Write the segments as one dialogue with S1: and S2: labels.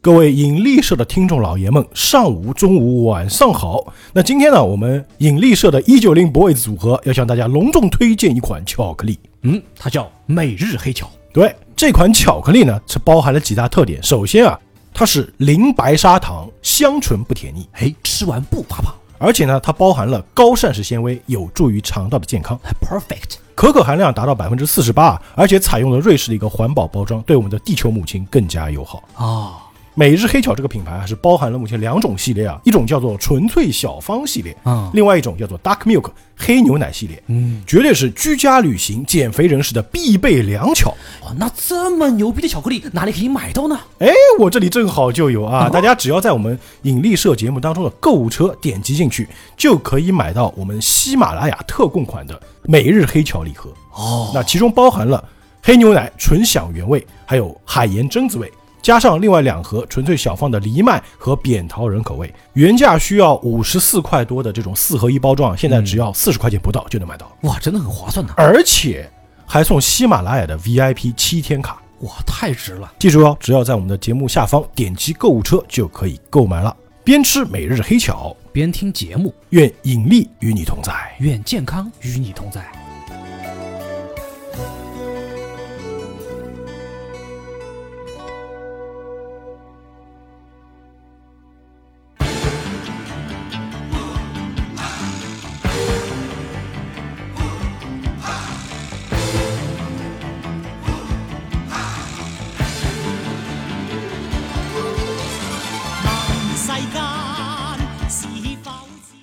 S1: 各位引力社的听众老爷们，上午、中午、晚上好。那今天呢，我们引力社的一九零 boys 组合要向大家隆重推荐一款巧克力。
S2: 嗯，它叫每日黑巧。
S1: 对，这款巧克力呢是包含了几大特点。首先啊，它是零白砂糖，香醇不甜腻，
S2: 哎，吃完不怕胖
S1: 而且呢它包含了高膳食纤维，有助于肠道的健康。
S2: ，perfect。
S1: 可可含量达到百分之四十八，而且采用了瑞士的一个环保包装，对我们的地球母亲更加友好。
S2: 啊
S1: 每日黑巧这个品牌啊，是包含了目前两种系列啊，一种叫做纯粹小方系列，
S2: 啊，
S1: 另外一种叫做 Dark Milk 黑牛奶系列，
S2: 嗯，
S1: 绝对是居家旅行、减肥人士的必备良巧。
S2: 哦，那这么牛逼的巧克力哪里可以买到呢？
S1: 哎，我这里正好就有啊！大家只要在我们引力社节目当中的购物车点击进去，就可以买到我们喜马拉雅特供款的每日黑巧礼盒。
S2: 哦，
S1: 那其中包含了黑牛奶纯享原味，还有海盐榛子味，加上另外两盒纯粹小放的藜麦和扁桃仁口味，原价需要五十四块多的这种四合一包装，现在只要四十块钱不到就能买到，
S2: 哇，真的很划算呐、
S1: 而且还送喜马拉雅的 VIP 七天卡。
S2: 哇，太值了。
S1: 记住哦，只要在我们的节目下方点击购物车就可以购买了。边吃每日黑巧，
S2: 边听节目，
S1: 愿引力与你同在。
S2: 愿健康与你同在。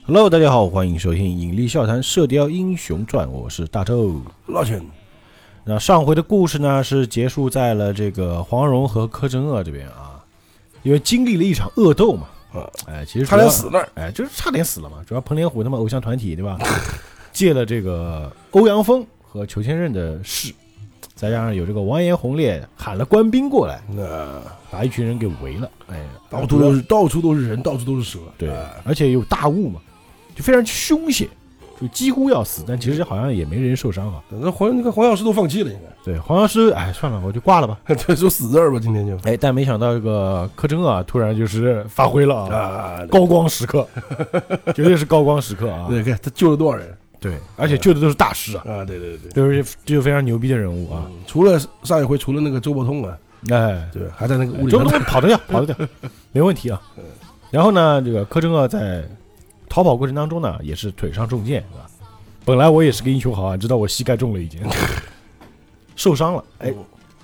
S1: Hello，大家好，欢迎收听《引力笑谈·射雕英雄传》，我是大周老陈。那上回的故事呢，是结束在了这个黄蓉和柯镇恶这边啊，因为经历了一场恶斗嘛，哎，其实
S3: 差点死，那儿。
S1: 哎，就是差点死了嘛，主要彭连虎他们偶像团体对吧，借了这个欧阳锋和裘千仞的势，再加上有这个完颜洪烈喊了官兵过来，
S3: 那
S1: 把一群人给围了，哎，
S3: 呃到处都是到处都是人，到处都是蛇。
S1: 对
S3: 哎，
S1: 而且有大雾嘛，就非常凶险，就几乎要死，但其实好像也没人受伤啊。
S3: 那黄那个黄药师都放弃了，应该。
S1: 对，黄药师，哎，算了，我就挂了吧。
S3: 这就死字儿吧，今天就。
S1: 哎，但没想到这个柯震啊，突然就是发挥了啊，
S3: 啊，
S1: 高光时刻，绝对是高光时刻啊！
S3: 对，看他救了多少人
S1: 对，而且救的都是大师啊，
S3: 啊？对对对对。
S1: 都是这就非常牛逼的人物啊！
S3: 嗯除了上一回，除了那个周伯通啊，
S1: 哎，
S3: 对，还在那个屋里
S1: 周
S3: 头
S1: 东 跑得掉，跑得掉，没问题啊。然后呢，这个柯震啊，在逃跑过程当中呢，也是腿上中箭啊。本来我也是个英雄好汉，直到我膝盖中了一 箭，受伤了。哎，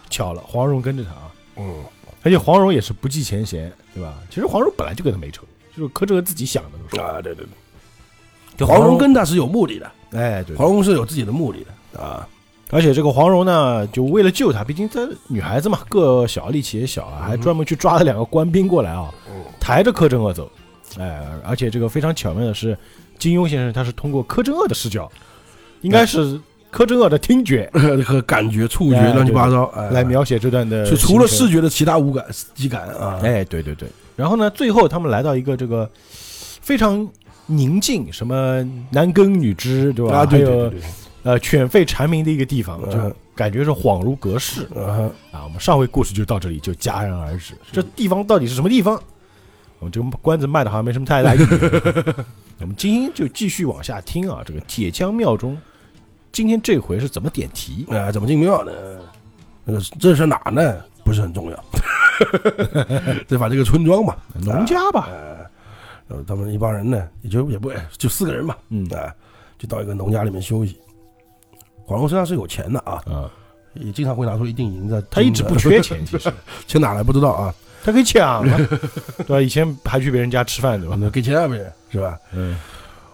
S1: 巧了，黄蓉跟着他啊，
S3: 嗯，
S1: 而且黄蓉也是不计前嫌，对吧？其实黄蓉本来就跟他没仇，就是柯震自己想的都是。
S3: 啊，对对对，
S1: 就
S3: 黄蓉
S1: 蓉
S3: 跟他是有目的的，
S1: 哎对，
S3: 黄蓉是有自己的目的的啊。
S1: 而且这个黄蓉呢，就为了救她，毕竟她女孩子嘛，个小力气也小啊，还
S3: 嗯
S1: 专门去抓了两个官兵过来啊，
S3: 嗯
S1: 抬着柯镇恶走。哎，而且这个非常巧妙的是，金庸先生他是通过柯镇恶的视角，应该是柯镇恶的听觉
S3: 和感觉、触觉
S1: 哎
S3: 乱七八糟，哎
S1: 来描写这段的行
S3: 就
S1: 程。
S3: 除了视觉的其他五感、几感啊，
S1: 哎，对对对。然后呢，最后他们来到一个这个非常宁静，什么男耕女织，对吧？
S3: 啊，对
S1: 还
S3: 对
S1: 有
S3: 对对
S1: 呃犬吠蝉鸣的一个地方，就
S3: 嗯
S1: 感觉是恍如隔世。
S3: 对，啊，
S1: 啊，我们上回故事就到这里就戛然而止。这地方到底是什么地方？我们这个关子卖的好像没什么太大意 义。我们今天就继续往下听啊，这个铁枪庙中，今天这回是怎么点题？
S3: 哎，怎么进庙呢？呃，这是哪呢？不是很重要， 这反正这个村庄嘛，
S1: 农家吧，
S3: 呃，然后他们一帮人呢，也就也不哎就四个人嘛，
S1: 啊嗯
S3: 啊、就到一个农家里面休息。黄蓉身上是有钱的啊，
S1: 啊，
S3: 也经常会拿出一定银子，
S1: 他一直不缺，钱，其实
S3: 钱哪来不知道啊，
S1: 他可以抢 啊，对吧？以前还去别人家吃饭，对吧？
S3: 给钱啊，别人是吧？
S1: 嗯，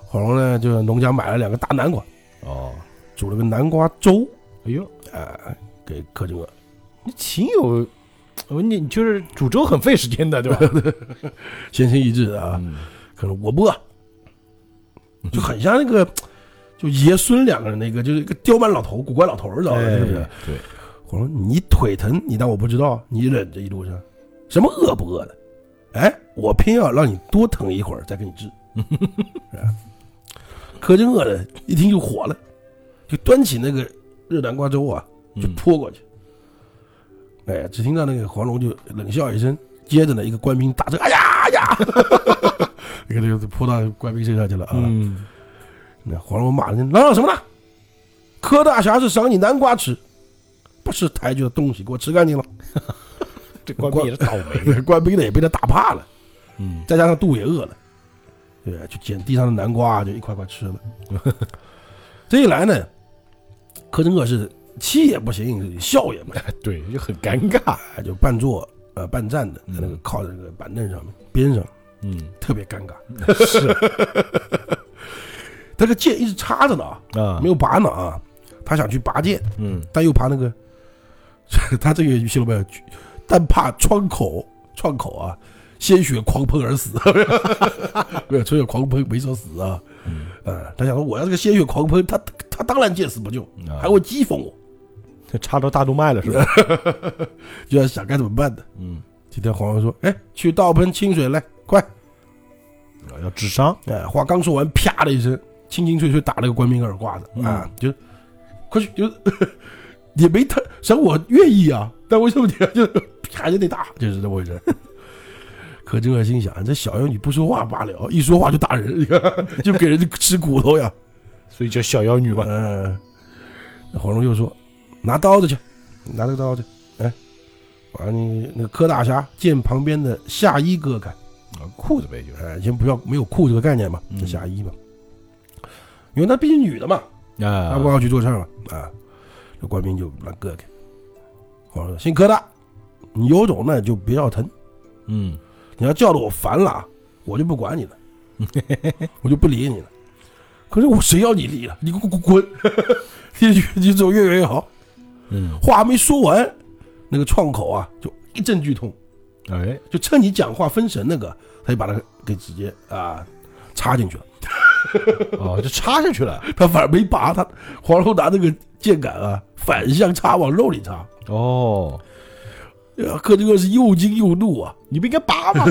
S3: 黄蓉呢，就农家买了两个大南瓜，
S1: 哦，
S3: 煮了个南瓜粥，
S1: 哎呦，
S3: 啊、给柯镇恶。
S1: 你挺有，呃你你就是煮粥很费时间的，对吧？
S3: 先行一致的啊，
S1: 嗯
S3: 可是我不饿，就很像那个就爷孙两个人那个，就是一个刁蛮老头、古怪老头儿，知道吧？
S1: 哎
S3: 是不是？
S1: 对，
S3: 我说你腿疼，你当我不知道？你忍着一路上，什么饿不饿的？哎，我偏要让你多疼一会儿再给你治。是吧柯镇恶呢，一听就火了，就端起那个热南瓜粥啊，就
S1: 嗯
S3: 泼过去。哎，只听到那个黄蓉就冷笑一声，接着呢，一个官兵打这个，哎呀哎呀， 一个就扑到官兵身上去了啊。
S1: 嗯，
S3: 那黄蓉骂人家嚷嚷什么呢？柯大侠是赏你南瓜吃，不是抬举的东西，给我吃干净了。
S1: 这官兵也是倒霉。
S3: 官 兵呢也被他打怕了，
S1: 嗯，
S3: 再加上肚也饿了，对，啊就捡地上的南瓜就一块块吃了。 这一来呢，柯镇恶是气也不行，笑也不行，
S1: 对，就很尴尬。
S3: 哎就半坐呃半站的，在那个
S1: 嗯
S3: 靠在那个板凳上面边上，
S1: 嗯，
S3: 特别尴尬。
S1: 是
S3: 他这剑一直插着呢啊，
S1: 啊，
S3: 没有拔呢啊，他想去拔剑，
S1: 嗯，
S3: 但又怕那个， 他这个你听了没有？但怕窗口创口啊，鲜血狂喷而死， 没有，春血狂喷没说死啊，
S1: 嗯
S3: 呃，他想说我要这个鲜血狂喷，他他当然见死不救，
S1: 啊
S3: 还会讥讽我，
S1: 插到大动脉了是 吧？
S3: 就要想该怎么办的。
S1: 嗯，
S3: 今天皇上说，哎，去倒盆清水来，快！
S1: 要治伤。
S3: 哎，话刚说完，啪的一声，清清脆脆打了个官兵耳刮子啊，就快去，就是也没他，想我愿意啊，但为什么你要就啪就得打，就是这么回事。可这个心想，这小妖女不说话罢了，一说话就打人，你看就给人吃骨头呀。
S1: 所以叫小妖女嘛。
S3: 嗯，那黄蓉又说：“拿刀子去，拿这个刀子。”哎，把你那个柯大侠剑旁边的下衣割开。
S1: 啊裤子呗，就是
S3: 哎，先不要没有裤这个概念嘛，
S1: 嗯
S3: 这下衣嘛，因为她毕竟女的嘛，她
S1: 啊
S3: 不要去做事儿嘛，啊，这官兵就把她割开。皇上说：“姓柯的，你有种呢就别叫疼，
S1: 嗯，
S3: 你要叫的我烦了啊，我就不 管你了，我就不理你了。可是我谁要你理了？啊你给我滚滚，你你走越远越好。”
S1: 嗯，
S3: 话还没说完，那个创口啊就一阵剧痛，
S1: 哎，
S3: 就趁你讲话分神那个，他就把他给直接啊插进去了。
S1: 哦，就插下去了。
S3: 他反而没拔，他皇后拿那个剑杆啊，反向插往肉里插。
S1: 哦，
S3: 呃柯镇恶是又惊又怒啊，
S1: 你不应该拔 吗？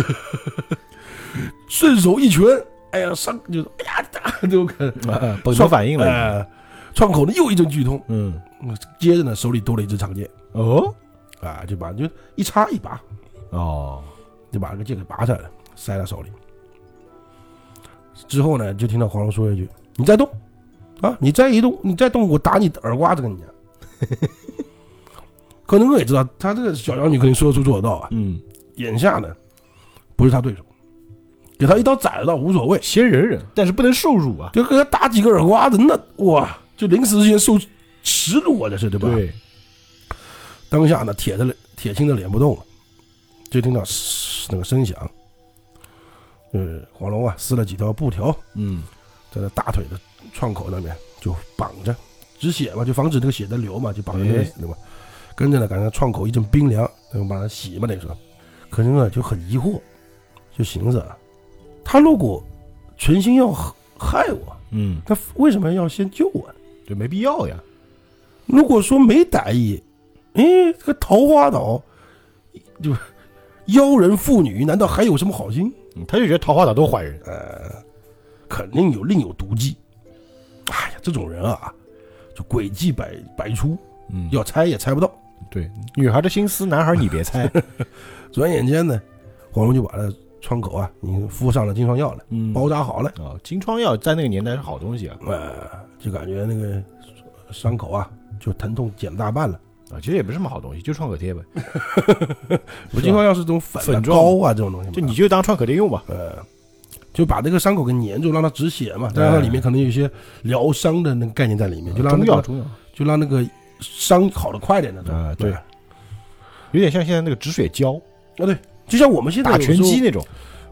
S3: 顺手一拳，哎呀，伤就是哎呀，打这种感觉，
S1: 啊本能反应了。
S3: 哎创口呢又一阵剧痛，
S1: 嗯，
S3: 接着呢手里多了一支长剑，
S1: 哦，
S3: 啊，就把就一插一拔，
S1: 哦，
S3: 就把那个剑给拔下来了，塞到手里。之后呢，就听到皇上说一句：“你再动，啊，你再一动，你再动，我打你耳刮子，跟你讲。” 柯镇恶也知道，他这个小妖女肯定说得出做得到啊。
S1: 嗯，
S3: 眼下呢，不是他对手，给他一刀宰了倒无所谓，
S1: 先忍忍，但是不能受辱啊。
S3: 就给他打几个耳刮子，那哇，就临死之前受耻辱啊，这是对吧？
S1: 对，
S3: 当下呢，铁的脸铁青的脸不动了，就听到嘶那个声响，就是黄龙啊撕了几条布条
S1: 嗯，
S3: 在那大腿的创口那边就绑着止血嘛，就防止这个血在流嘛，就绑着那个
S1: 哎
S3: 死的嘛。跟着呢，感觉创口一阵冰凉，就把它洗嘛那时候，可是呢就很疑惑，就寻思啊，他如果存心要害我，
S1: 嗯，
S3: 他为什么要先救我呢？
S1: 就没必要呀。
S3: 如果说没歹意，哎，这个桃花岛就妖人妇女，难道还有什么好心？
S1: 嗯他就觉得桃花岛都坏人。
S3: 肯定有另有毒计。哎呀，这种人啊，就诡计百百出，
S1: 嗯，
S3: 要猜也猜不到。
S1: 对，女孩的心思，男孩你别猜。
S3: 转眼间呢，黄蓉就把这窗口啊，已经敷上了金疮药了，
S1: 嗯，
S3: 包扎好了，
S1: 啊，金疮药在那个年代是好东西啊，
S3: 呃，就感觉那个伤口啊，就疼痛减了大半了。
S1: 啊，其实也不是什么好东西，就创可贴呗，
S3: 我金疮药是这种粉
S1: 粉
S3: 粉
S1: 状
S3: 膏啊，这种东西嘛，
S1: 就你就当创可贴用吧。
S3: 呃，就把这个伤口给粘住，让它止血
S1: 哎
S3: 嘛，但让它里面可能有一些疗伤的那个概念在里面，就让
S1: 啊中
S3: 那
S1: 药
S3: 个
S1: 中药，
S3: 就让那个伤好的快点的
S1: 啊对
S3: 对，
S1: 有点像现在那个止血胶，
S3: 就像我们现在
S1: 打
S3: 有时
S1: 拳
S3: 候
S1: 击那种，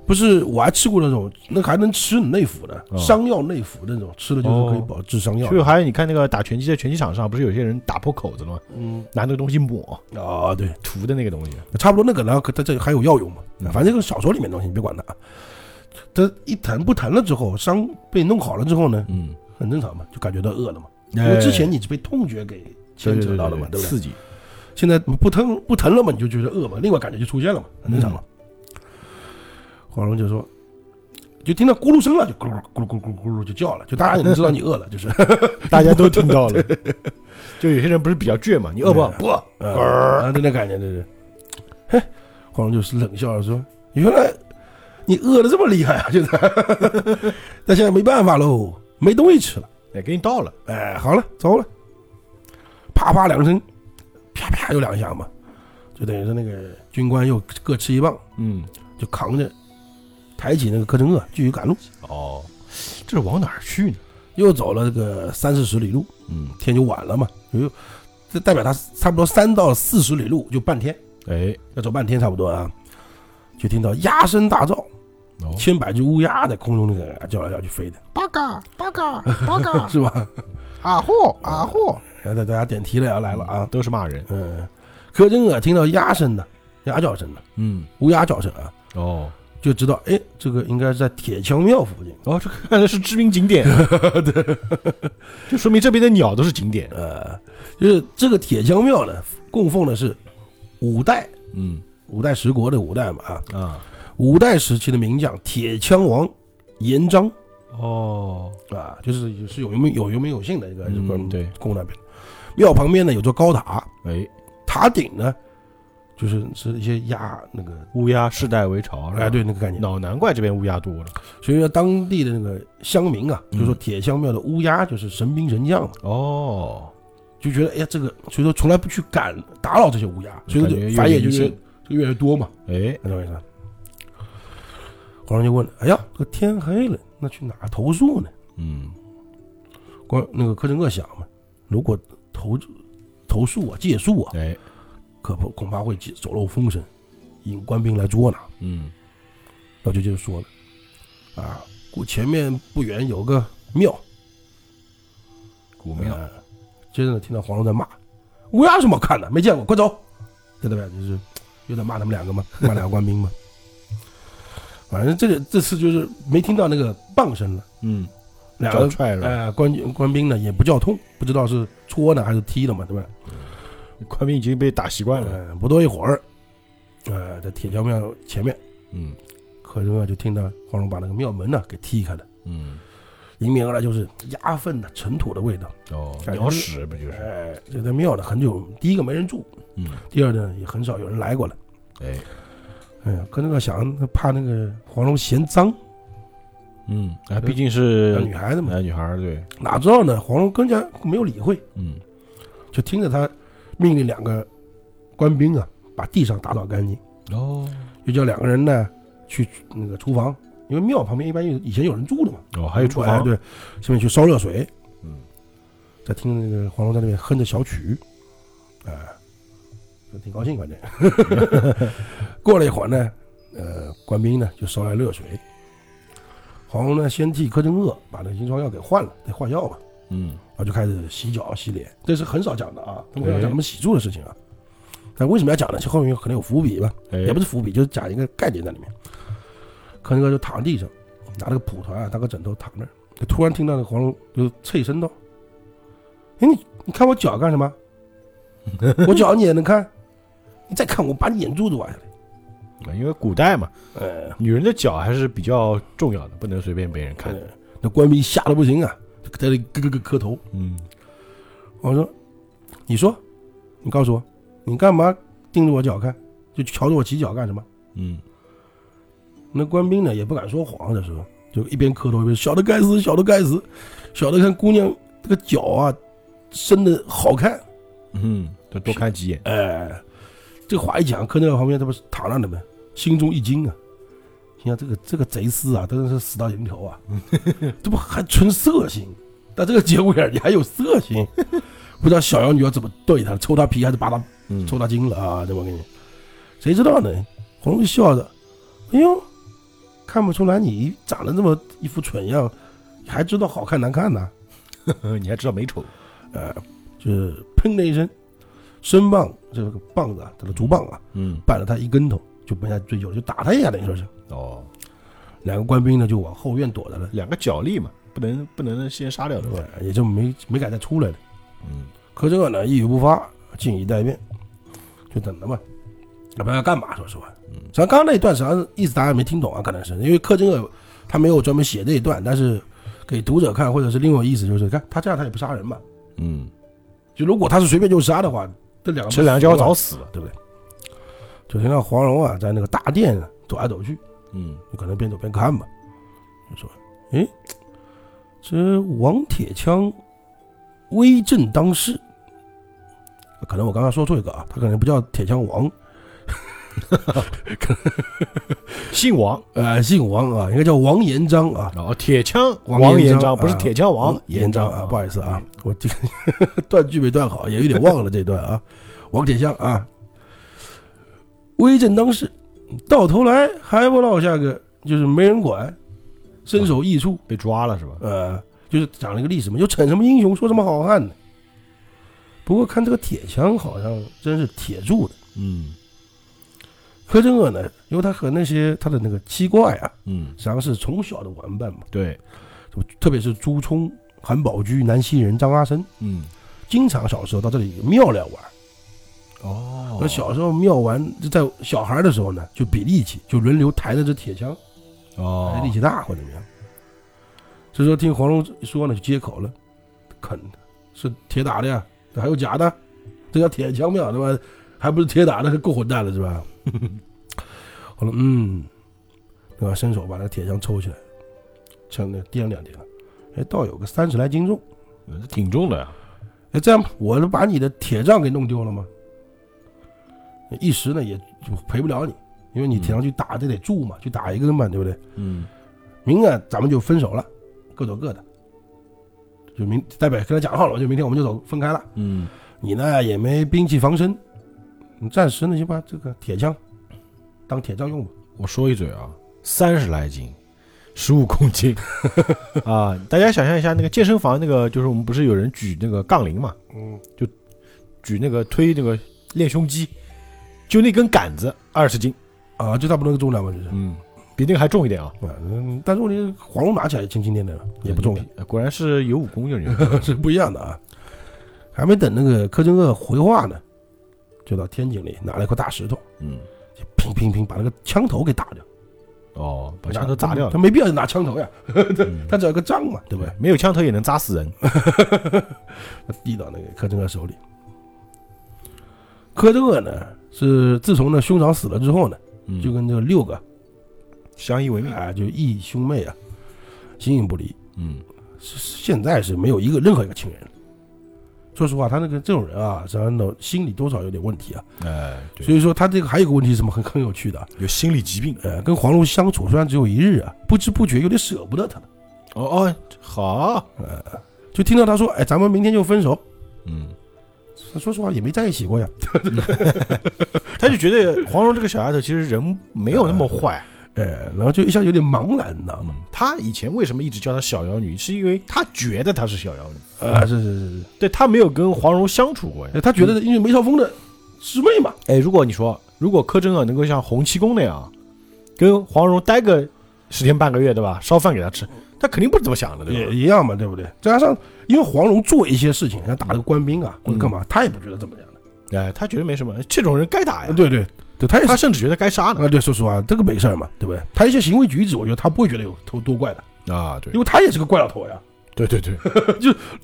S3: 不是，我还吃过那种，那个还能吃内服的，
S1: 哦
S3: 伤药内服那种，吃了就是可以保治伤药
S1: 所以
S3: 的。
S1: 还有你看那个打拳击在拳击场上，不是有些人打破口子了吗？
S3: 嗯，
S1: 拿那个东西抹
S3: 啊，对，
S1: 涂的那个东西，
S3: 差不多那个，然后可它这还有药用嘛
S1: 嗯，
S3: 反正这个小说里面的东西，你别管它啊。它一疼不疼了之后，伤被弄好了之后呢，
S1: 嗯，
S3: 很正常嘛，就感觉到饿了嘛，因为之前你是被痛觉给牵扯到了嘛，
S1: 哎对
S3: 对不对？
S1: 刺激，
S3: 现在不疼不疼了嘛，你就觉得饿嘛，另外感觉就出现了嘛，很正常嘛。黄蓉就说，就听到咕噜声了，就咕噜咕噜咕噜咕噜咕噜就叫了，就大家也能知道你饿了，就是。
S1: 大家都听到了。
S3: 嗯
S1: 就有些人不是比较倔嘛，你饿不饿？
S3: 不，啊，就那感觉，对对。嘿，黄蓉就冷笑着说：“原来你饿的这么厉害啊！现在， 但现在没办法喽，没东西吃了。
S1: 哎，给你倒了，
S3: 哎，好了，走了。”啪啪两声，啪啪又两下嘛，就等于是那个军官又各吃一棒，
S1: 嗯，
S3: 就扛着抬起那个柯镇恶继续赶路，
S1: 哦，这是往哪儿去呢？
S3: 又走了这个三四十里路，
S1: 嗯，
S3: 天就晚了嘛，又这代表他差不多三到四十里路就半天，
S1: 哎，
S3: 要走半天差不多啊，就听到鸦声大噪，
S1: 哦，
S3: 千百只乌鸦在空中那个叫来叫去飞的，
S4: 八嘎八嘎八嘎，
S3: 是吧？
S4: 啊呼啊呼，
S3: 然后大家点题了，要来了啊，
S1: 都是骂人，
S3: 嗯，柯镇恶听到鸦声的鸦叫声的
S1: 嗯，
S3: 乌鸦叫声啊，
S1: 哦，
S3: 就知道哎，这个应该是在铁橇庙附近，
S1: 哦，这看来是知名景 点，对，就说明这边的鸟都是景点，
S3: 呃，就是这个铁橇庙呢，供奉的是五代
S1: 嗯
S3: 五代十国的五代嘛啊，
S1: 啊，
S3: 五代时期的名将铁枪王严章
S1: 哦，
S3: 啊，就是也是有名有有名有姓的一个，
S1: 嗯
S3: 关
S1: 对
S3: 供那边。庙旁边呢有座高塔，
S1: 哎，
S3: 塔顶呢就是是一些鸭那个，
S1: 乌鸦世代为巢，是吧
S3: 哎，，对那个概念。
S1: 老哦难怪这边乌鸦多了，
S3: 所以说当地的那个乡民啊，
S1: 嗯
S3: 就说铁枪庙的乌鸦就是神兵神将嘛，
S1: 哦，
S3: 就觉得哎呀这个，所以说从来不去敢打扰这些乌鸦，所以说
S1: 感觉
S3: 就反正也就
S1: 有
S3: 是
S1: 灵性
S3: 就越来越多嘛。
S1: 哎，
S3: 你懂我意思吧？皇上就问了：“哎呀，这天黑了，那去哪儿投诉呢
S1: 嗯，？”
S3: 光那个柯镇恶想嘛，如果投投诉啊、借宿啊，
S1: 哎，
S3: 可不恐怕会走漏风声，引官兵来捉拿。
S1: 嗯，
S3: 老舅就说了：“啊，故前面不远有个庙，
S1: 古庙，
S3: 呃接着呢，听到黄蓉在骂：“乌鸦有什么好看的？没见过，快走！”这代表就是又在骂他们两个嘛，骂两个官兵嘛。反正这个这次就是没听到那个棒声了，
S1: 嗯，哎
S3: 两
S1: 找
S3: 个
S1: 踹了，
S3: 呃，官官兵呢也不叫痛，不知道是戳呢还是踢了嘛，对吧？
S1: 官兵已经被打习惯了，
S3: 呃，不多一会儿，呃，在铁桥庙前面，
S1: 嗯
S3: 柯镇恶就听到黄蓉把那个庙门呢给踢开了，
S1: 嗯，
S3: 迎面而来就是鸭粪呐、尘土的味道。
S1: 哦，
S3: 感觉
S1: 鸟
S3: 是
S1: 屎不就是，
S3: 哎、这个庙呢很久，第一个没人住，
S1: 嗯，
S3: 第二呢也很少有人来过了。
S1: 哎，
S3: 哎呀，柯镇恶想怕那个黄蓉嫌脏，
S1: 嗯，哎，毕竟是
S3: 女孩子嘛，
S1: 哎，女孩儿对，
S3: 哪知道呢？黄蓉更加没有理会，
S1: 嗯，
S3: 就听着他命令两个官兵啊把地上打扫干净。
S1: 哦，
S3: 又叫两个人呢去那个厨房，因为庙旁边一般有以前有人住的嘛，
S1: 哦，还有厨
S3: 哎
S1: 房，
S3: 对，下面去烧热水，
S1: 嗯，
S3: 在听那个黄蓉在那边哼着小曲，啊、挺高兴，反正。过了一会儿呢，呃，官兵呢就烧来热水，黄蓉呢先替柯镇恶把那银疮药给换了，得换药吧，
S1: 嗯，
S3: 然后就开始洗脚洗脸，这是很少讲的啊，他们很少
S1: 哎
S3: 讲他们洗漱的事情啊。但为什么要讲呢？其实后面可能有伏笔吧。
S1: 哎，
S3: 也不是伏笔，就是讲一个概念在里面。柯南哥就躺地上，拿了个蒲团啊，当个枕头躺那儿，就突然听到那个黄蓉就脆声道：“哎，你你看我脚干什么？我脚你也能看？你再看我把你眼珠子挖下来
S1: 因为古代嘛，！”
S3: 哎，
S1: 女人的脚还是比较重要的，不能随便被人看
S3: 看，那官兵吓得不行啊，就在那里咯咯咯磕头。
S1: 嗯，
S3: 我说：“你说，你告诉我，你干嘛盯着我脚看？就瞧着我起脚干什么？”
S1: 嗯，
S3: 那官兵呢也不敢说谎，这时候就一边磕头一边小的该死，小的该死，小的看姑娘这个脚啊伸的好看，
S1: 嗯，就多看几眼，
S3: 哎，这话一讲，柯南在旁边他不是躺那了吗？心中一惊啊，心想这个这个贼厮啊，真的是死到临头啊，这不还纯色心？但这个节骨眼儿你还有色心，不知道小妖女要怎么对他，抽他皮还是拔他
S1: 嗯，
S3: 抽大筋了啊！对吧？给你，谁知道呢？黄蓉就笑着，哎呦，看不出来你长得这么一副蠢样，还知道好看难看呢、
S1: 你还知道美丑，
S3: 呃，就是砰的一声，身棒这个棒子啊，这个竹棒啊，
S1: 嗯，
S3: 绊了他一跟头，就被人家追究了，就打他一下，等于说是。
S1: 哦，
S3: 两个官兵呢就往后院躲着了，
S1: 两个脚力嘛，不能不能先杀掉的，
S3: 对，也就没没敢再出来了。
S1: 嗯，
S3: 可这个呢一语不发，静以待变，就等着吧。也不知道要干嘛，说实话。咱刚刚那一段实际上是一直大家没听懂啊，可能是因为柯镇恶他没有专门写这一段，但是给读者看，或者是另外意思就是，看他这样他也不杀人嘛。
S1: 嗯，
S3: 就如果他是随便就杀的话，这两个
S1: 吃两脚早死，
S3: 对不对？就听到黄蓉啊在那个大殿啊走来走去，
S1: 嗯
S3: 就可能边走边看吧，就说：“哎，这王铁枪威震当世。”可能我刚刚说错一个啊，他可能不叫铁枪王，
S1: 姓王
S3: 呃，姓王啊，应该叫王延章啊，
S1: 哦，铁枪
S3: 王
S1: 王
S3: 延
S1: 延
S3: 章
S1: 章，不是
S3: 啊
S1: 铁枪王
S3: 延章啊，不好意思啊，我这个 断句没断好，也有点忘了这段啊。王铁枪啊，威震当世，到头来还不落下个就是没人管，身首异处，
S1: 被抓了是吧？
S3: 呃，就是讲了一个历史嘛，就逞什么英雄说什么好汉呢。不过看这个铁枪好像真是铁铸的，
S1: 嗯
S3: 柯镇恶呢，因为他和那些他的那个七怪啊，
S1: 嗯，
S3: 实际上是从小的玩伴嘛，
S1: 对，
S3: 特别是朱冲、韩宝驹、南溪人、张阿生。
S1: 嗯
S3: 经常小时候到这里庙来玩。
S1: 哦
S3: 那小时候庙玩，就在小孩的时候呢，就比力气，就轮流抬着这铁枪，
S1: 哦
S3: 哎，力气大或者怎么样。这时候听黄蓉说呢，就接口了，肯是铁打的呀，还有假的，这叫铁枪庙对吧？还不是铁打的，够混蛋了是吧？ 好了，嗯，对吧？伸手把那铁枪抽起来，称了掂量掂量，哎，倒有个三十来斤重。
S1: 嗯挺重的呀，
S3: 哎，这样吧，我就把你的铁杖给弄丢了吗？一时呢也就赔不了你，因为你铁上去打，这得住嘛，去打一个人嘛，对不对？
S1: 嗯
S3: 明啊，咱们就分手了，各走各的。就明代表跟他讲好了，就明天我们就走分开了。
S1: 嗯
S3: 你呢也没兵器防身，你暂时呢就把这个铁枪当铁杖用吧。
S1: 我说一嘴啊，三十来斤，十五公 斤啊！大家想象一下，那个健身房那个，就是我们不是有人举那个杠铃嘛，
S3: 嗯，
S1: 举那个推那个练胸肌，就那根杆子二十斤，
S3: 啊，就差不多那个重量吧，就是。
S1: 嗯，比那个还重一点啊，
S3: 啊嗯，但是问题黄蓉拿起来轻轻点点的，也不重，
S1: 呃果然是有武功的人。
S3: 是不一样的啊。还没等那个柯镇恶回话呢，就到天井里拿了一块大石头，
S1: 嗯，
S3: 就乒乒乒把那个枪头给打掉，
S1: 哦，把枪头砸掉
S3: 他
S1: 了，
S3: 没必要拿枪头呀，
S1: 嗯
S3: 他只要个杖嘛，对不对？
S1: 没有枪头也能砸死人。
S3: 递到那个柯镇恶手里。柯镇恶呢，是自从那兄长死了之后呢，
S1: 嗯哎
S3: 就跟这六个
S1: 相依为命。
S3: 啊，就义兄妹啊，形影不离。
S1: 嗯
S3: 是现在是没有一个任何一个亲人了。说实话，他那个这种人啊，实际上呢心理多少有点问题啊。
S1: 哎，对
S3: 所以说他这个还有个问题，什么很很有趣的啊，
S1: 有心理疾病。
S3: 呃，跟黄蓉相处虽然只有一日啊，不知不觉有点舍不得她了，
S1: 哦哦，好，
S3: 就听到她说：“哎，咱们明天就分手。
S1: 嗯，”
S3: 说实话也没在一起过呀，
S1: 他就觉得黄蓉这个小丫头其实人没有那么坏。
S3: 哎，然后就一下有点茫然，你知道吗？
S1: 嗯，他以前为什么一直叫她小妖女，是因为他觉得她是小妖女，
S3: 啊，是是是是
S1: 对他没有跟黄蓉相处过呀
S3: 哎，。他觉得因为梅超风的师妹嘛，
S1: 哎，如果你说如果柯镇恶能够像洪七公那样，跟黄蓉待个十天半个月，对吧？烧饭给她吃，他肯定不是这么想的，对
S3: 也
S1: 吧？
S3: 一样嘛，对不对？再加上因为黄蓉做一些事情，像打这个官兵啊或者干
S1: 嗯
S3: 嘛，他也不觉得怎么样的，
S1: 哎，他觉得没什么，这种人该打呀。
S3: 对对对，他也
S1: 呃他
S3: 是
S1: 甚至觉得该杀 呢。
S3: 啊，对，说实话这个没事儿嘛，对不对？他一些行为举止，我觉得他不会觉得有多多怪的，
S1: 啊，对
S3: 因为他也是个怪老头呀。
S1: 对对对，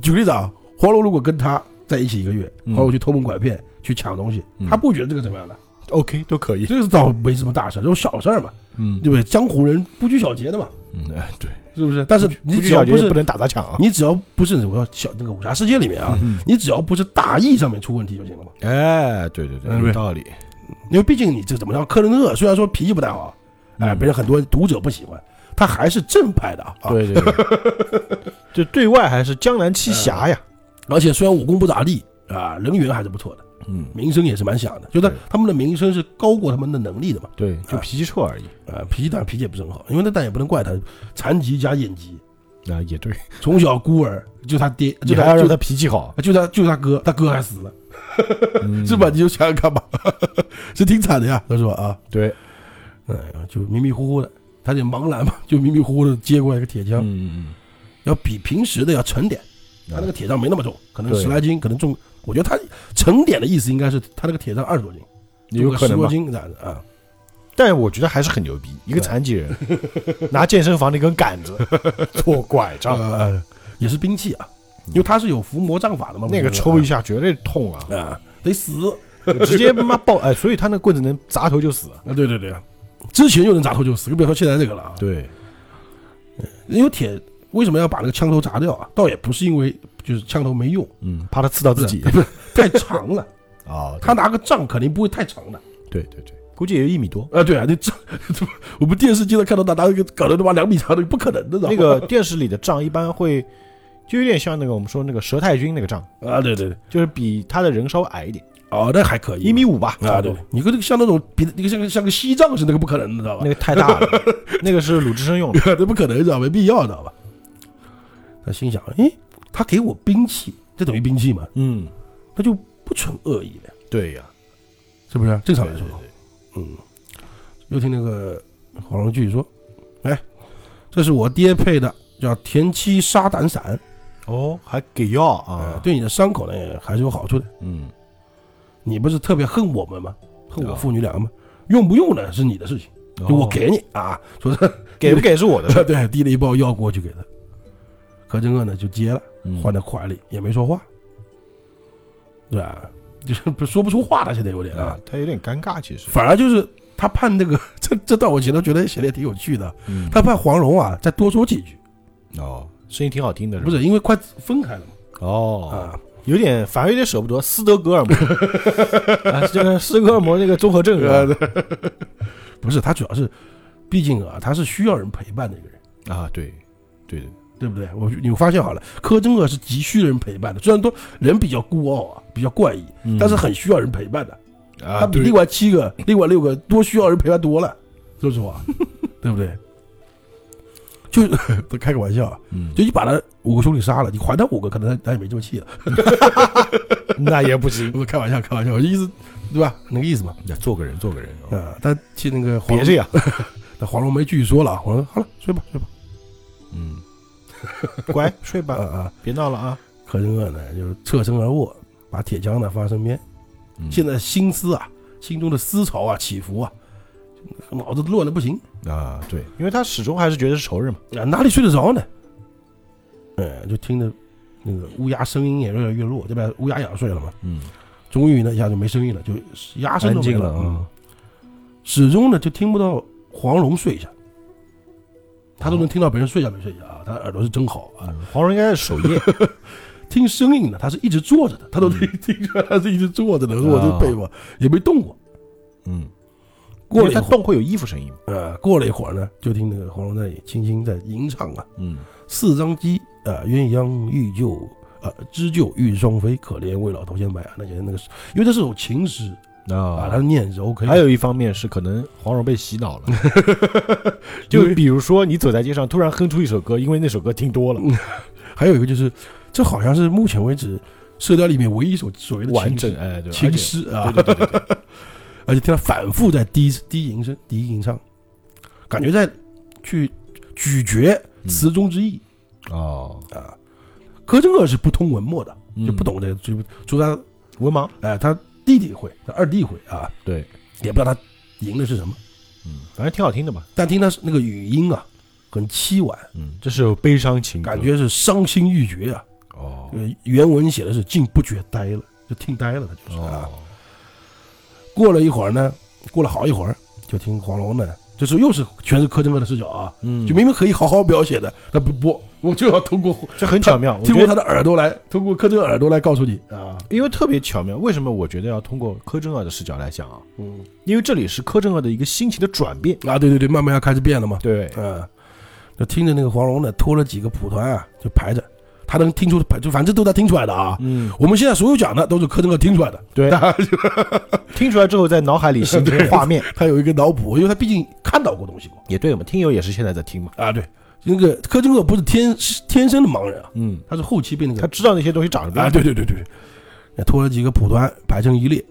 S3: 举个例子啊，黄蓉如果跟他在一起一个月，
S1: 嗯
S3: 黄蓉去偷蒙拐骗、去抢东西，
S1: 嗯
S3: 他不觉得这个怎么样的，
S1: ，OK 都可以。
S3: 这个倒没什么大事，这种小事儿嘛，
S1: 嗯
S3: 对不对？江湖人不拘小节的嘛，
S1: 嗯，哎，对，
S3: 是不是？但是你
S1: 不拘
S3: 只要
S1: 小节
S3: 不是
S1: 不能打砸抢啊。
S3: 你只要不是我说小那个武侠世界里面啊，
S1: 嗯
S3: 你只要不是大义上面出问题就行了嘛。
S1: 哎，对对对，
S3: 嗯
S1: 有
S3: 对
S1: 道理。
S3: 因为毕竟你这怎么样，克伦勒虽然说脾气不太好，哎，
S1: 嗯
S3: 别人很多读者不喜欢，他还是正派的啊。
S1: 对对对， 就对外还是江南七侠呀。
S3: 而且虽然武功不咋地啊，人缘还是不错的，
S1: 嗯，
S3: 名声也是蛮响的，就是
S1: 对
S3: 他们的名声是高过他们的能力的嘛。
S1: 对，就脾气臭而已。
S3: 啊，脾气当然脾气也不是很好，因为那但也不能怪他，残疾加眼疾，
S1: 啊，也对，
S3: 从小孤儿，就他爹，
S1: 你
S3: 就
S1: 还要
S3: 他就
S1: 让
S3: 他
S1: 他脾气好，
S3: 就他就他哥，他哥还死了，
S1: 嗯
S3: 是吧？？你就想想看吧， 是挺惨的呀，他说啊，
S1: 对，
S3: 哎呀，就迷迷糊糊的，他就茫然嘛，就迷迷糊糊的接过来一个铁
S1: 嗯
S3: 枪，
S1: 嗯
S3: 要比平时的要沉点，
S1: 嗯，
S3: 他那个铁杖没那么重，可能
S1: 对
S3: 十来斤，可能重，我觉得他沉点的意思应该是他那个铁杖二十多斤，
S1: 有可
S3: 十
S1: 能
S3: 多
S1: 吧？
S3: 斤这样子 啊，
S1: 但我觉得还是很牛逼，一个残疾人拿健身房那根杆 子做拐杖，嗯
S3: 呃，也是兵器啊，因为他是有伏魔杖法的嘛，
S1: 那个
S3: 不 是
S1: 抽一下绝对痛啊！
S3: 啊，得死。
S1: 直接妈爆哎，所以他那棍子能砸头就死。
S3: 啊，对对对，之前就能砸头就死，更别说现在这个了啊。
S1: 对，
S3: 因为铁为什么要把那个枪头砸掉啊？倒也不是因为就是枪头没用，
S1: 嗯，怕他刺到自己
S3: 太长了，
S1: 啊。
S3: 他拿个杖肯定不会太长的。
S1: 对对对，估计也有一米多。
S3: 啊，对啊，那杖， 我们电视经常看到他拿一个搞得他妈两米长的，不可能的，知道吗
S1: 那个电视里的杖一般会，就有点像那个我们说那个佘太君那个杖，
S3: 啊，对对对，
S1: 就是比他的人稍微矮一点，
S3: 哦，那还可以，
S1: 一米五吧。
S3: 啊，
S1: 差不
S3: 对
S1: 多，，
S3: 你跟那个像那种比那个像个像个西藏似的，那个不可能的，知道吧
S1: 那？个太大 了，那个是鲁智深用的。
S3: 那不可能，知道吧没必要，知道吧？他心想，诶，他给我兵器，这等于兵器嘛，
S1: 嗯，
S3: 他就不存恶意了，
S1: 对呀，
S3: 是不是？正常来
S1: 对
S3: 说
S1: 对，对
S3: 嗯，又听那个黄龙继续说：“哎，这是我爹配的，叫田七沙胆散，
S1: 哦，还给药
S3: 呃
S1: 啊？
S3: 对你的伤口呢还是有好处的。
S1: 嗯，
S3: 你不是特别恨我们吗？恨我
S1: 啊
S3: 父女两个吗？用不用呢是你的事情，就我
S1: 哦
S3: 给你啊。”说是。
S1: 给不给是我的事
S3: 对，递了一包药过去给他。何正恶呢就接了，
S1: 嗯
S3: 换在怀里也没说话，对吧？ 就是不说不出话了，现在有点啊
S1: 啊，，他有点尴尬，其实。
S3: 反而就是他盼那个这这段我觉得觉得写的也挺有趣的，
S1: 嗯，
S3: 他怕黄蓉啊再多说几句，
S1: 哦，声音挺好听的，
S3: 不
S1: 是吧？
S3: 是因为快分开了嘛
S1: 哦，
S3: 啊，
S1: 有点反而有点舍不得斯德哥尔 摩，啊，这个斯德哥尔摩那个综合症
S3: 呃
S1: 是吧
S3: 不是他主要是，毕竟啊他是需要人陪伴的一个人，
S1: 啊，对，对的，
S3: 对不对？我你发现好了，柯震恶是急需人陪伴的，虽然都人比较孤傲啊，比较怪异，
S1: 嗯
S3: 但是很需要人陪伴的，
S1: 啊，
S3: 他比
S1: 对
S3: 另，外七个、另外六个多需要人陪伴多了，说实 话，对不对？就不开个玩笑啊，
S1: 嗯，
S3: 就你把他五个兄弟杀了，你还他五个，可能他他也没这么气了。
S1: 那也不行，
S3: 不是开玩笑，开玩笑，我意思对吧？那个意思嘛。
S1: 那做个人，做个人，哦
S3: 啊，他去那个黄
S1: 别这样，
S3: 那黄蓉没继续说了啊，我说好了，睡吧睡吧。
S1: 嗯，乖，睡
S3: 啊
S1: 吧，
S3: 啊！
S1: 别闹了啊。
S3: 柯镇恶呢，就是侧身而卧，把铁枪呢放在身边。
S1: 嗯
S3: 现在心思啊，心中的思潮啊起伏啊，脑子乱的不行
S1: 啊，对，因为他始终还是觉得是仇人嘛，
S3: 啊，哪里睡得着呢？嗯，就听着那个乌鸦声音也越来越弱，对吧？乌鸦也要睡了嘛，
S1: 嗯，
S3: 终于呢一下就没声音了，就鸦声
S1: 安
S3: 都没
S1: 静
S3: 了
S1: 了啊，
S3: 始终呢就听不到黄蓉睡一下，他都能听到别人睡一下没睡一下啊，他耳朵是真好啊。
S1: 嗯黄蓉应该是守夜，
S3: 听声音呢，他是一直坐着的，他都
S1: 嗯
S3: 听 听出来他是一直坐着的，我
S1: 啊
S3: 就佩服，也没动过。
S1: 嗯，
S3: 过
S1: 因
S3: 了
S1: 为
S3: 一
S1: 他
S3: 会儿，
S1: 动会有衣服声音嘛，
S3: 呃，过了一会儿呢，就听那个黄蓉在轻轻在吟唱啊，
S1: 嗯，
S3: 四张机啊，鸳鸯欲救呃，知旧欲双飞，可怜未老头先白啊，那些那个是，因为这是首情诗啊，他
S1: 啊，
S3: 念是 OK 的。
S1: 还有一方面是可能黄蓉被洗脑 了，
S3: 因
S1: 就
S3: 为
S1: 比如说你走在街上突然哼出一首歌，因为那首歌听多了，
S3: 还有一个就是，这好像是目前为止《射雕》里面唯一一首所谓的情
S1: 完整
S3: 诗
S1: 哎，对，而
S3: 情
S1: 且
S3: 诗啊
S1: 对，对对对对，
S3: 而且听他反复在低低吟声、低吟唱，感觉在去咀嚼词中之意。
S1: 哦，
S3: 柯镇恶是不通文墨的，
S1: 嗯
S3: 就不懂这，就就他
S1: 文盲，
S3: 哎，他弟弟会，他二弟会啊，
S1: 对，
S3: 也不知道他吟的是什么，
S1: 嗯，反正挺好听的吧，
S3: 但听他那个语音啊，很凄婉，
S1: 嗯，这是有悲伤情歌
S3: 感觉是伤心欲绝啊。
S1: 哦
S3: 呃原文写的是“竟不觉呆了”，就听呆了，他就是啊。
S1: 哦，
S3: 过了一会儿呢，过了好一会儿，就听黄蓉呢，就是又是全是柯镇恶的视角啊，
S1: 嗯
S3: 就明明可以好好描写的，他不播，我就要通过
S1: 这很巧妙，我
S3: 听
S1: 觉得
S3: 过他的耳朵来，通过柯镇恶耳朵来告诉你啊，
S1: 因为特别巧妙，为什么我觉得要通过柯震恶的视角来讲啊？
S3: 嗯
S1: 因为这里是柯震恶的一个心情的转变，
S3: 啊，对对对，慢慢要开始变了嘛，
S1: 对，
S3: 嗯、就听着那个黄蓉呢，拖了几个蒲团啊，就排着，他能听出排，就反正都他听出来的啊。
S1: 嗯，
S3: 我们现在所有讲的都是柯镇恶听出来的，
S1: 对
S3: 他
S1: 听出来之后在脑海里形成画面，
S3: 他有一个脑补，因为他毕竟看到过东西过
S1: 也对我们听友也是现在在听嘛，
S3: 啊。对，那个柯镇恶不是天天生的盲人啊，
S1: 嗯，
S3: 他是后期被那个
S1: 他知道那些东西长什么
S3: 啊，
S1: 样，
S3: 对对对对，对，拖了几个蒲团排成一列，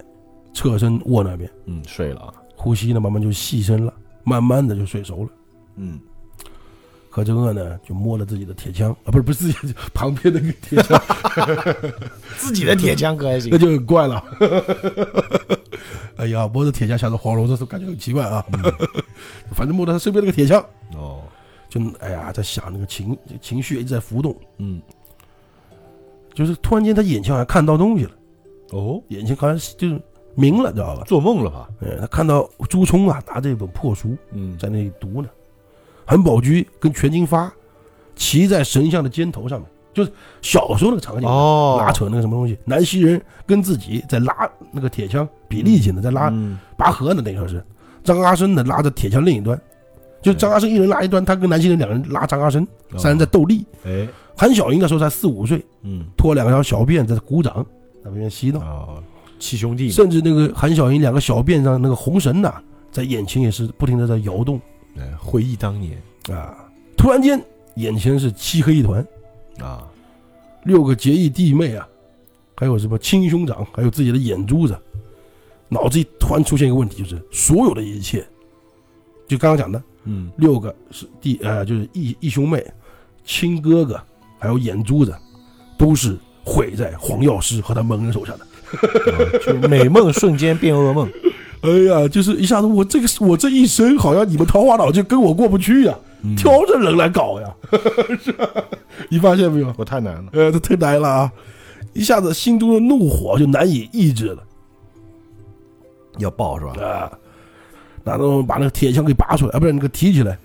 S3: 侧身卧那边，
S1: 嗯，睡了啊，
S3: 呼吸呢慢慢就细深了，慢慢的就睡熟了。
S1: 嗯，
S3: 何正恶呢就摸了自己的铁枪啊，不是不是自己的旁边那个铁枪，
S1: 自己的铁枪可还
S3: 那
S1: 行，
S3: 就很怪了。 哎呀，摸着铁枪想着黄蓉，这时候感觉很奇怪啊。 反正摸到他身边那个铁枪，
S1: 哦，
S3: 就哎呀在想那个情情绪一直在浮动，
S1: 嗯，
S3: 就是突然间他眼前好像看到东西了，
S1: 哦，
S3: 眼前好像就是明了，知道吧？
S1: 做梦了吧？
S3: 嗯，他看到朱冲啊拿这本破书
S1: 嗯，
S3: 在那里读呢，韩宝驹跟全金发骑在神像的肩头上面，就是小时候那个场景，
S1: 哦，
S3: 拉扯那个什么东西，南溪人跟自己在拉那个铁枪比力气呢，在拉
S1: 嗯
S3: 拔河呢，那个时候是张阿生呢拉着铁枪另一端，就张阿生一人拉一端，他跟南溪人两个人拉张阿生，
S1: 哦
S3: 三人在斗力。
S1: 哎，
S3: 韩小英那时候才四五岁，
S1: 嗯，
S3: 拖两条小辫在鼓掌，在旁边嬉闹，
S1: 哦，七兄弟嘛，
S3: 甚至那个韩小英两个小辫上那个红绳呐、在眼前也是不停的在摇动
S1: 哎回忆当年
S3: 啊！突然间，眼前是漆黑一团，
S1: 啊，
S3: 六个结义弟妹啊，还有什么亲兄长，还有自己的眼珠子，脑子里突然出现一个问题，就是所有的一切，就刚刚讲的
S1: 嗯，
S3: 六个是弟呃，就是义义兄妹、亲哥哥，还有眼珠子，都是毁在黄药师和他们人手下的。
S1: 哦就是美梦瞬间变噩梦，
S3: 哎呀，就是一下子我这个我这一生好像你们桃花岛就跟我过不去呀、
S1: 嗯
S3: 挑着人来搞呀， 是吧？你发现没有？
S1: 我太难了，
S3: 呃，这太难了啊！一下子心中的怒火就难以抑制了
S1: 要爆是吧？
S3: 啊！然后把那个铁枪给拔出来，啊，不是那个提起来，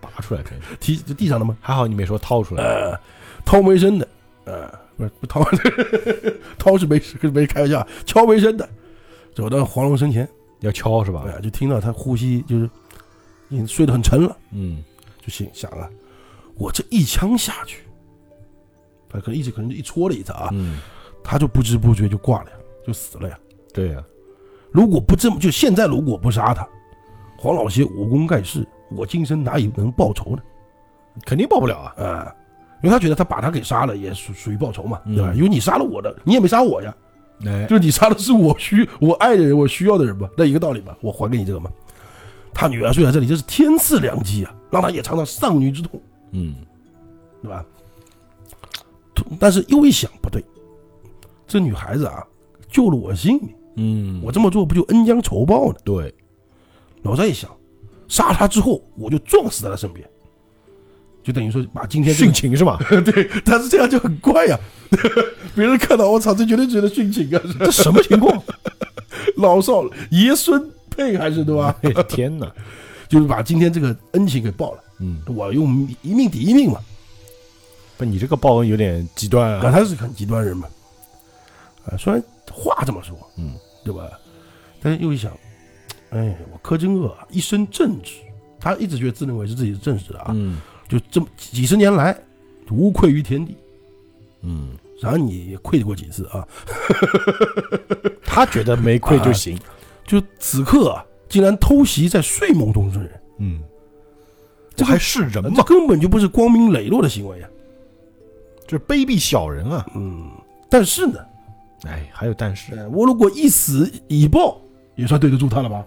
S1: 拔出来真是，
S3: 提就地上了吗？
S1: 还好你没说掏出来，
S3: 呃，掏没声的，呃，不是不掏， 掏是没是没开玩笑，敲没声的，走到黄蓉身前，
S1: 要敲是吧
S3: 哎、？呀，就听到他呼吸就是已经睡得很沉了。
S1: 嗯，
S3: 就心想啊，我这一枪下去，他可能一直可能就一戳了一下啊，
S1: 嗯，
S3: 他就不知不觉就挂了呀，就死了呀。
S1: 对呀，
S3: 如果不这么，就现在如果不杀他，黄老邪武功盖世，我今生哪有能报仇呢？
S1: 肯定爆不了啊，
S3: 啊、因为他觉得他把他给杀了，也属属于报仇嘛，
S1: 嗯
S3: 对吧？因为你杀了我的，你也没杀我呀，
S1: 哎，
S3: 就是你杀的是我需我爱的人，我需要的人嘛，那一个道理嘛，我还给你这个嘛。他女儿睡在这里，这是天赐良机啊，让他也尝尝丧女之痛。
S1: 嗯，
S3: 对吧？但是又一想，不对，这女孩子啊，救了我性命，
S1: 嗯，
S3: 我这么做不就恩将仇报呢？
S1: 对，
S3: 老张一想，杀她之后，我就撞死在她身边，就等于说把今天这
S1: 殉
S3: 个
S1: 情是吧？
S3: 对，但是这样就很怪呀、 别人看到我操，这绝对觉得殉情啊！
S1: 这什么情况？
S3: 老少爷孙配还 是对吧？
S1: 哎天哪！
S3: 就是把今天这个恩情给报了，
S1: 嗯，
S3: 我用一命抵一命嘛。
S1: 不，你这个报恩有点极端
S3: 啊，
S1: 啊。
S3: 他是很极端人嘛，啊，虽然话这么说，
S1: 嗯，
S3: 对吧？但是又一想，哎，我柯镇恶啊一身正直，他一直觉得自认为是自己是正直的啊，
S1: 嗯
S3: 就这么几十年来无愧于天地。
S1: 嗯，
S3: 然后你也愧过几次啊？
S1: 他觉得没愧就行。
S3: 就此刻啊，竟然偷袭在睡梦中之人，
S1: 嗯，这
S3: 这个
S1: 还是人
S3: 这
S1: 吗？
S3: 根本就不是光明磊落的行为呀、啊
S1: 这是卑鄙小人啊！
S3: 嗯，但是呢，
S1: 哎，还有但是，
S3: 呃我如果一死以报，也算对得住他 了吧？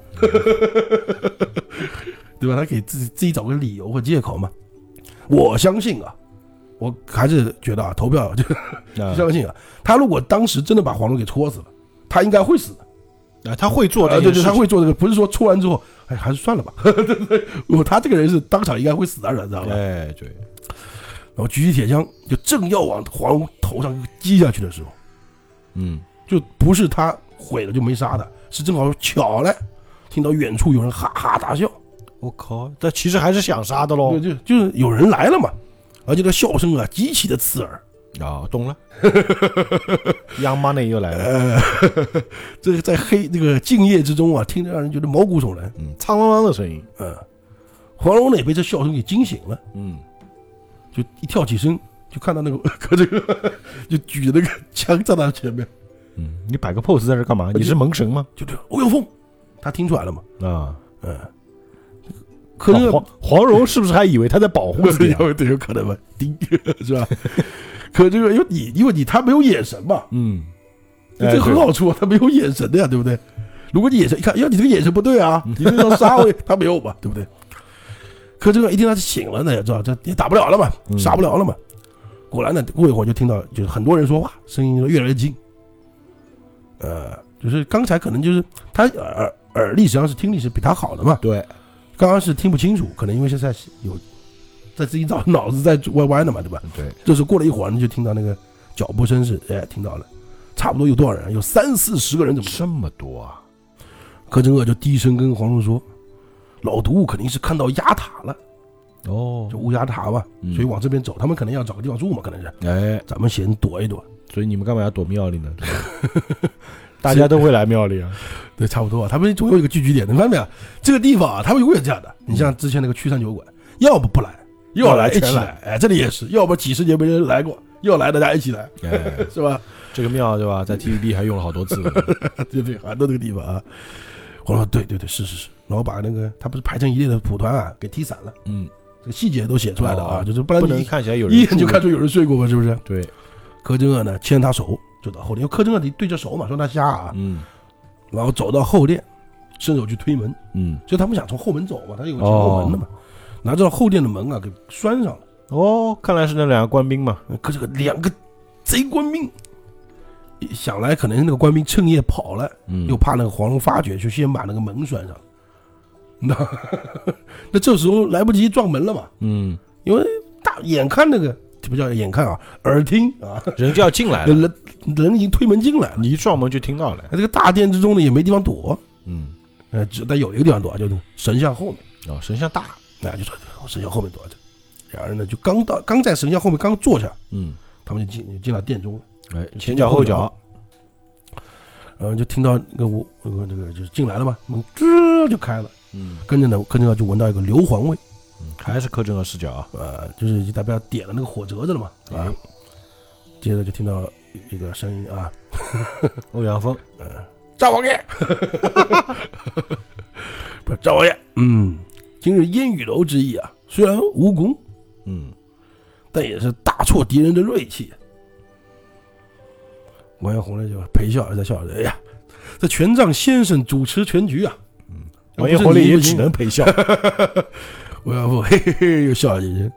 S3: 对吧？他给自己自己找个理由或借口嘛。我相信啊，我还是觉得啊，投票就
S1: 啊
S3: 相信啊，他如果当时真的把黄蓉给戳死了，他应该会死的。
S1: 啊他会做
S3: 啊
S1: 这
S3: 对
S1: 件
S3: 对，
S1: 事
S3: 他
S1: 情，
S3: 会做这个，不是说戳完之后，哎，还是算了吧。 对对，我他这个人是当场应该会死的人，知道吧？
S1: 哎，对，
S3: 然后举起铁枪，就正要往黄蓉头上击下去的时候，
S1: 嗯，
S3: 就不是他毁了就没杀他，是正好巧了，听到远处有人哈哈大笑，
S1: 我靠，但其实还是想杀的喽
S3: 就。就就是有人来了嘛，而且这笑声啊极其的刺耳，
S1: 啊，懂了。 央妈那又来了，
S3: 呃，这个在黑这个静夜之中啊，听着让人觉得毛骨悚然。
S1: 嗯，苍啷啷的声音，
S3: 嗯，黄蓉呢也被这笑声给惊醒了，
S1: 嗯，
S3: 就一跳起身，就看到那个可这个 就举着那个枪站在他前面，
S1: 嗯，你摆个 pose 在这干嘛？你是萌神吗？
S3: 就对欧阳锋，他听出来了嘛，
S1: 啊，
S3: 嗯，可是
S1: 哦黄黄蓉是不是还以为他在保护自己 啊？
S3: 有对有可能吧，丁是吧？可这个因为你因为你他没有眼神嘛，
S1: 嗯，
S3: 这个
S1: 哎
S3: 很
S1: 对
S3: 好处啊，他没有眼神的呀，对不对？如果你眼神一看，呀，你这个眼神不对啊，你这要杀我，他没有嘛，对不对？可这个一听他醒了呢，也知道这也打不了了嘛，
S1: 嗯
S3: 杀不了了嘛。果然呢，过一会儿就听到就是很多人说话，声音就越来越近。呃，就是刚才可能就是他耳耳力实际上是听力是比他好的嘛，
S1: 对，
S3: 刚刚是听不清楚，可能因为现在是有在自己脑脑子在歪歪的嘛，对吧？
S1: 对，
S3: 就是过了一会儿，你就听到那个脚步声是，哎，听到了，差不多有多少人啊？有三四十个人，怎么？
S1: 这么多啊！
S3: 柯镇恶就低声跟黄蓉说：“老毒肯定是看到压塔了，
S1: 哦
S3: 就乌鸦塔嘛，
S1: 嗯
S3: 所以往这边走。他们可能要找个地方住嘛，可能是。
S1: 哎，
S3: 咱们先躲一躲。
S1: 所以你们干嘛要躲庙里呢？ 大家都会来庙里啊。
S3: 对，差不多啊。他们总有一个聚集点，你看到没有？这个地方啊，他们永远这样的。你像之前那个曲山酒馆，要不不来，
S1: 要来
S3: 来一
S1: 全
S3: 起
S1: 来
S3: 来。哎，这里也是，要不几十年没人来过，要来大家一起来，
S1: 哎，
S3: 是吧？
S1: 这个庙对吧，在 TVB 还用了好多次。
S3: 对对，韩到这个地方啊。我说对对对，是是是。然后把那个他不是排成一列的蒲团啊，给踢散了，
S1: 嗯，
S3: 这个细节都写出来了啊，
S1: 哦
S3: 就是不然
S1: 不
S3: 你
S1: 能看起来有人
S3: 一眼
S1: 住
S3: 就看出有人睡过嘛，是不是？
S1: 对，
S3: 柯镇恶呢牵他手就到后殿，因为柯镇恶你对着手嘛，说他瞎啊，
S1: 嗯
S3: 然后走到后殿，伸手去推门，
S1: 嗯，
S3: 就他们想从后门走嘛，他有个后门的嘛，拿着后殿的门啊给拴上了，
S1: 哦，看来是那两个官兵嘛。
S3: 可这个两个贼官兵，想来可能那个官兵趁夜跑了，
S1: 嗯
S3: 又怕那个黄蓉发觉，就先把那个门拴上。那 那这时候来不及撞门了嘛，
S1: 嗯，
S3: 因为大眼看那个这不叫眼看啊，耳听啊，
S1: 人就要进来了，
S3: 人人已经推门进来了，
S1: 你一撞门就听到了。
S3: 这个大殿之中呢也没地方躲，
S1: 嗯，
S3: 呃，只但有一个地方躲啊，就是神像后面。
S1: 哦，神像大。
S3: 那就说神像后面躲着。两人呢就刚到，刚在神像后面刚坐下，
S1: 嗯，
S3: 他们就进进到殿中了，
S1: 哎，前脚后脚。
S3: 然后就听到那个我那个那个就是进来了嘛，门吱就开了，
S1: 嗯，
S3: 跟着呢跟着就闻到一个硫磺味，
S1: 还是柯震恶视角啊。
S3: 呃，就是代表点了那个火折子了嘛，啊，接着就听到一个声音啊，
S1: 欧阳锋，
S3: 赵王爷， 不是赵王爷，嗯，今日烟雨楼之役啊，虽然无功，
S1: 嗯，
S3: 但也是大挫敌人的锐气。王彦宏呢就陪笑在笑着，哎呀，这权杖先生主持全局啊！
S1: 王彦宏里也只能陪 笑。
S3: 王彦宏 嘿嘿嘿又笑了几声，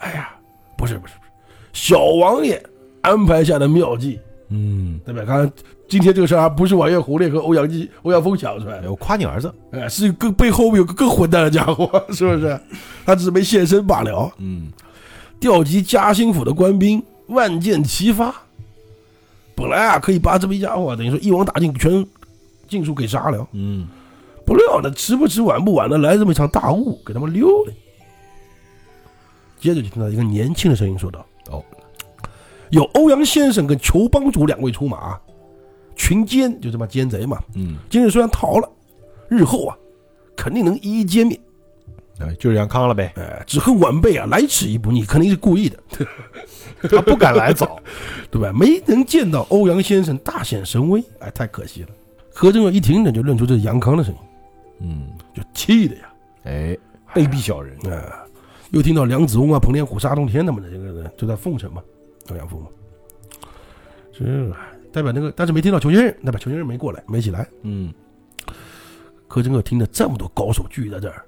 S3: 哎呀，不是不是不是，小王爷安排下的妙计，
S1: 嗯，
S3: 对吧？刚刚今天这个事儿还不是王彦宏烈和欧阳基、欧阳锋想出来的，
S1: 我夸你儿子。
S3: 哎，是更背后有个更混蛋的家伙，是不是？他只是没现身罢了。
S1: 嗯，
S3: 调集嘉兴府的官兵，万箭齐发。本来啊，可以把这批家伙、等于说一网打尽，全尽数给杀了。
S1: 嗯，
S3: 不料呢，迟不迟，晚不晚的，来这么一场大雾，给他们溜了。接着就听到一个年轻的声音说道：“
S1: 哦，
S3: 有欧阳先生跟裘帮主两位出马，啊群奸就这帮奸贼嘛。
S1: 嗯，
S3: 今日虽然逃了，日后啊，肯定能一一歼灭。
S1: 哎，就是杨康了 呗。
S3: 哎，只恨晚辈啊来迟一步，你肯定是故意的。”
S1: 他不敢来早。
S3: 对吧？没能见到欧阳先生大显神威，哎，太可惜了。何正耀一听呢，就认出这是杨康的声音，
S1: 嗯，
S3: 就气的呀，
S1: 哎，卑鄙小人。
S3: 啊、又听到梁子翁啊、彭连虎、沙中天他们的这个人就在奉承嘛，欧阳锋嘛，这代表那个，但是没听到裘先生，代表裘先生没过来，没起来。
S1: 嗯，
S3: 何正耀听着这么多高手聚在这儿，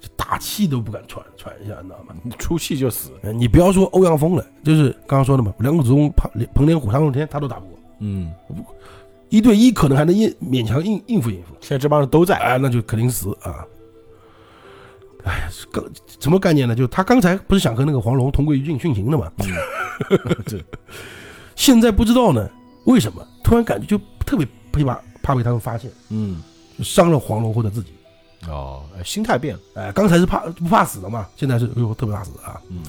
S3: 这大气都不敢喘喘一下，你知道吗？
S1: 出气就死。
S3: 哎你不要说欧阳锋了，就是刚刚说的嘛，梁子翁、彭彭连虎、沙中天他都打不过，
S1: 嗯，
S3: 一对一可能还能应勉强应应付应付。
S1: 现在这帮人都在。
S3: 哎，那就肯定死啊！哎，刚什么概念呢？就他刚才不是想跟那个黄蓉同归于尽殉情的嘛？
S1: 对，
S3: 现在不知道呢，为什么突然感觉就特别怕怕怕被他们发现，
S1: 嗯，
S3: 就伤了黄蓉或者自己。
S1: 哦，哎心态变了。
S3: 哎，刚才是怕不怕死的嘛，现在是哎呦特别怕死啊！
S1: 嗯，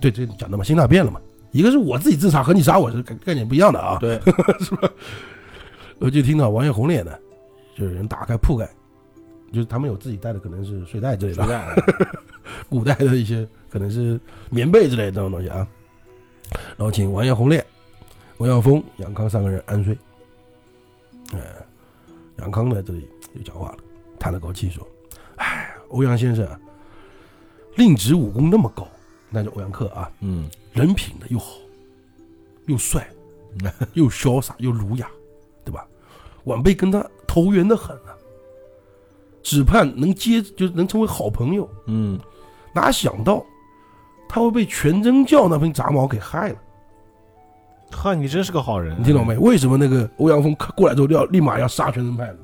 S3: 对，这讲的嘛，心态变了嘛。一个是我自己自杀和你杀我是概概念不一样的啊。
S1: 对，
S3: 我就听到王彦宏烈呢，就是人打开铺盖，就是他们有自己带的可能是睡袋之类的
S1: 不，在了。
S3: 古代的一些可能是棉被之类的这种东西啊。然后请王彦宏烈、王耀峰、杨康三个人安睡。哎，杨康呢这里又讲话了，叹了口气说：“哎，欧阳先生啊，令侄武功那么高，那就欧阳克啊，
S1: 嗯，
S3: 人品呢又好，又帅，又潇洒，又儒雅，对吧？晚辈跟他投缘的很啊，只盼能接，就是能成为好朋友。”
S1: 嗯，
S3: 哪想到他会被全真教那帮杂毛给害了？
S1: 哈，你真是个好人。
S3: 你听懂？没？为什么那个欧阳锋过来之后要立马要杀全真派呢？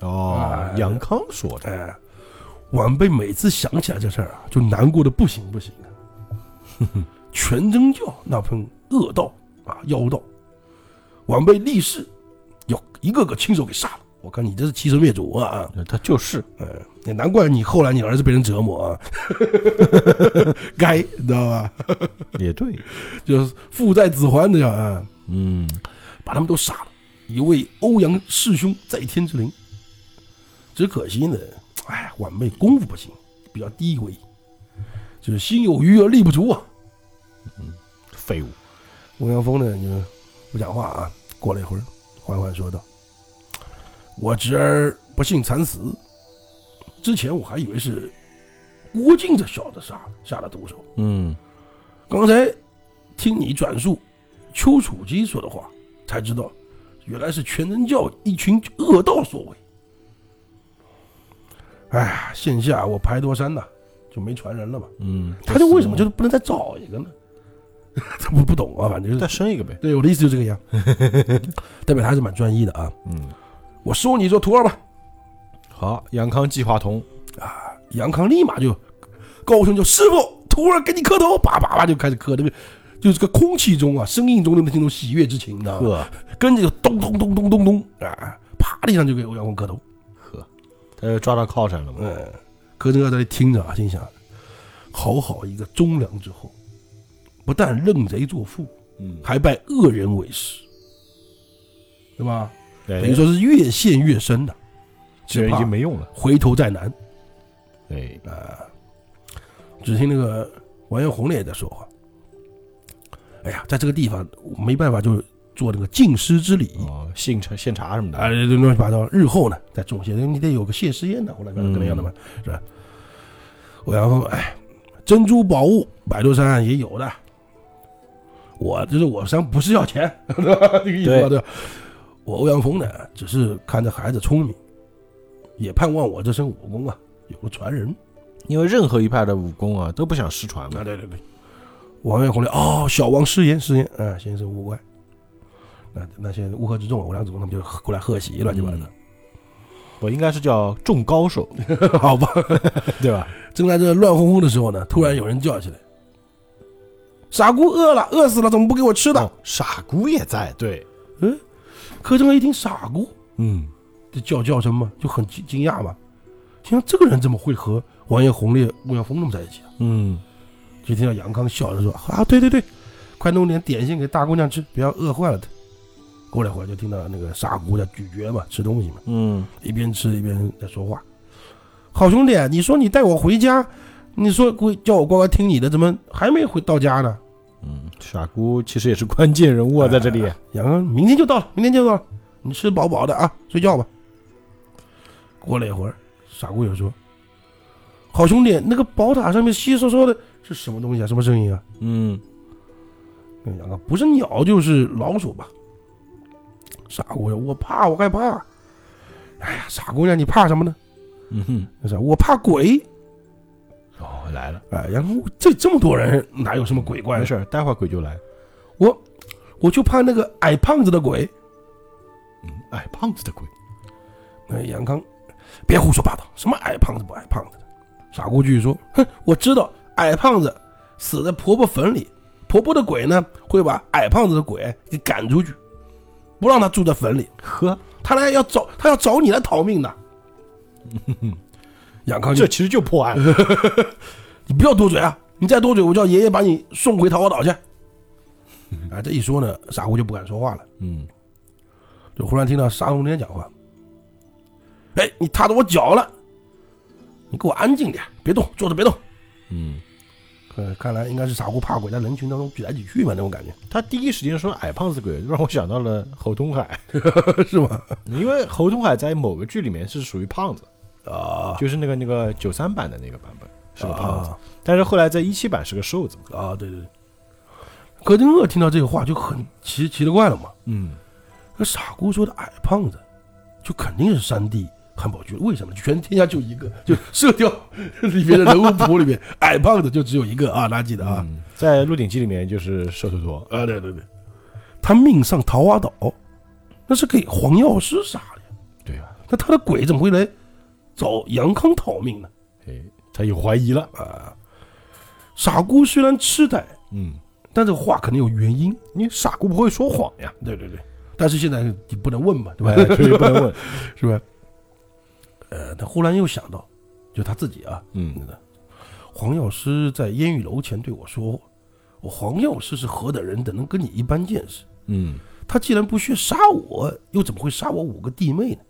S1: 哦，杨康说的。
S3: 哎，晚辈每次想起来这事儿啊，就难过的不行不行的。全真教那帮恶道啊，妖道，啊晚辈立誓要一个个亲手给杀了。我看你这是欺师灭祖啊！
S1: 他就是
S3: 嗯，也难怪你后来你儿子被人折磨啊， 该你知道吧？
S1: 也对，
S3: 就是父债子还的呀，啊，
S1: 嗯，
S3: 把他们都杀了，以为欧阳师兄在天之灵。只可惜呢，哎，晚辈功夫不行，比较低微，就是心有余而力不足啊。
S1: 废物，
S3: 欧阳锋呢，就不讲话啊。过了一会儿，缓缓说道：“我侄儿不幸惨死，之前我还以为是郭靖这小子杀下的毒手，
S1: 嗯
S3: 刚才听你转述丘处机说的话，才知道原来是全真教一群恶道所为。哎呀，线下我排多山呐，就没传人了嘛。
S1: 嗯，
S3: 他就为什么就是不能再找一个呢？ 这我不懂啊，反正就是
S1: 再生一个呗？
S3: 对，我的意思就这个 样，代表他还是蛮专一的啊。
S1: 嗯，
S3: 我收你做徒儿吧。
S1: 好，杨康计划同，
S3: 杨康立马就高声叫师傅，徒儿给你磕头，叭叭叭就开始磕，那个就是这个空气中啊，声音中都能听出喜悦之情，你知道吗？
S1: 呵
S3: 跟着就咚咚咚咚咚咚啊，啪地上就给欧阳锋磕头。
S1: 呵，他又抓到靠山了嘛？
S3: 嗯，柯震恶在那里听着啊，心想：好好一个忠良之后，不但认贼作父，
S1: 嗯，
S3: 还拜恶人为师，对吧？
S1: 等
S3: 等于说是越陷越深的，
S1: 这人已经没用了，
S3: 回头再难。
S1: 哎，
S3: 只听那个王彦宏呢也在说话。哎呀，在这个地方我没办法，就做那个敬师之礼
S1: 哦，信茶献茶什么的，
S3: 啊，这乱七八糟。日后呢，再种些，你得有个谢师宴呢，或者怎么样的嘛，是吧？欧阳锋，哎，珍珠宝物，百度山也有的。我就是我山不是要钱， 对吧？这个意思吧，
S1: 对
S3: 对吧？我欧阳锋呢，只是看着孩子聪明，也盼望我这身武功啊有个传人。
S1: 因为任何一派的武功啊都不想失传嘛
S3: 啊，。对对对，王月红来哦，小王失言失言，啊，先生勿怪。那那些乌合之众，我俩总他们就过来贺喜，乱七八糟，
S1: 我应该是叫众高手，
S3: 好吧。
S1: 对吧？
S3: 正在这乱哄哄的时候呢，突然有人叫起来：“傻姑饿了，饿死了，怎么不给我吃的嗯
S1: 哦，傻姑也在，对，？”
S3: 柯震东一听傻姑
S1: 嗯，
S3: 这叫叫声嘛，就很惊惊讶嘛，心想这个人怎么会和王彦宏烈、欧阳锋他们在一起啊？
S1: 嗯，
S3: 就听到杨康笑着说：“啊，对对对，快弄点点心给大姑娘吃，不要饿坏了她。”过了一会儿就听到那个傻姑在咀嚼嘛，吃东西嘛，
S1: 嗯，
S3: 一边吃一边在说话。好兄弟，你说你带我回家，你说乖叫我乖乖听你的，怎么还没回到家呢？
S1: 嗯，傻姑其实也是关键人物啊，在这里。
S3: 杨康，明天就到了，明天就到了，你吃饱饱的啊，睡觉吧。过了一会儿，傻姑又说：“好兄弟，那个宝塔上面稀稀疏疏的是什么东西啊？什么声音啊？”
S1: 嗯，
S3: 那杨啊康不是鸟就是老鼠吧？傻姑娘，我怕，我害怕。哎呀，傻姑娘，你怕什么呢？
S1: 嗯哼，
S3: 那啥，我怕鬼。
S1: 哦，来了，
S3: 哎，然后这这么多人，哪有什么鬼怪
S1: 没
S3: 呢？
S1: 事儿，待会儿鬼就来。
S3: 我我就怕那个矮胖子的鬼。
S1: 嗯，矮胖子的鬼，
S3: 那杨哎康，别胡说八道，什么矮胖子不矮胖子的？傻姑继续说，哼，我知道矮胖子死在婆婆坟里，婆婆的鬼呢会把矮胖子的鬼给赶出去，不让他住在坟里。
S1: 呵，
S3: 他来要找他要找你来逃 命的。杨康就
S1: 这其实就破案了。
S3: 你不要多嘴啊！你再多嘴，我叫爷爷把你送回桃花 岛去。啊，这一说呢，傻姑就不敢说话了，
S1: 嗯，
S3: 就忽然听到沙龙天讲话：“哎，你踏着我脚了，你给我安静点，别动，坐着别动。
S1: 嗯，”
S3: 呃，看来应该是傻姑怕鬼，在人群当中挤来挤去嘛，那种感 觉
S1: 他第一时间说矮胖子鬼，让我想到了侯东海，
S3: 是吗？
S1: 因为侯东海在某个剧里面是属于胖子，
S3: 啊
S1: 就是那个那个九三版的那个版本是个胖子，
S3: 啊
S1: 但是后来在一七版是个瘦子嘛。
S3: 啊！对对对，柯震恶听到这个话就很奇奇了怪了嘛。
S1: 嗯，
S3: 那傻姑说的矮胖子，就肯定是三 D 汉堡剧，为什么？全天下就一个，就《射雕》里面的人物谱里面，矮胖子就只有一个啊，大家记得啊？
S1: 嗯在《鹿鼎记》里面就是瘦头陀，
S3: 啊，对对对，他命上桃花岛，那是给黄药师杀的呀，
S1: 对啊吧？
S3: 那他的鬼怎么会来找杨康讨命呢？
S1: 哎，他有怀疑了。
S3: 啊，傻姑虽然痴呆，
S1: 嗯，
S3: 但这话肯定有原因。
S1: 你傻姑不会说谎呀。
S3: 对对对，但是现在你不能问嘛，对吧？
S1: 哎所以不能问。
S3: 是吧？ 呃，他忽然又想到，就他自己啊，
S1: 嗯
S3: 黄药师在烟雨楼前对我说过，我黄药师是何等人，怎能跟你一般见识？
S1: 嗯，
S3: 他既然不屑杀我，又怎么会杀我五个弟妹呢？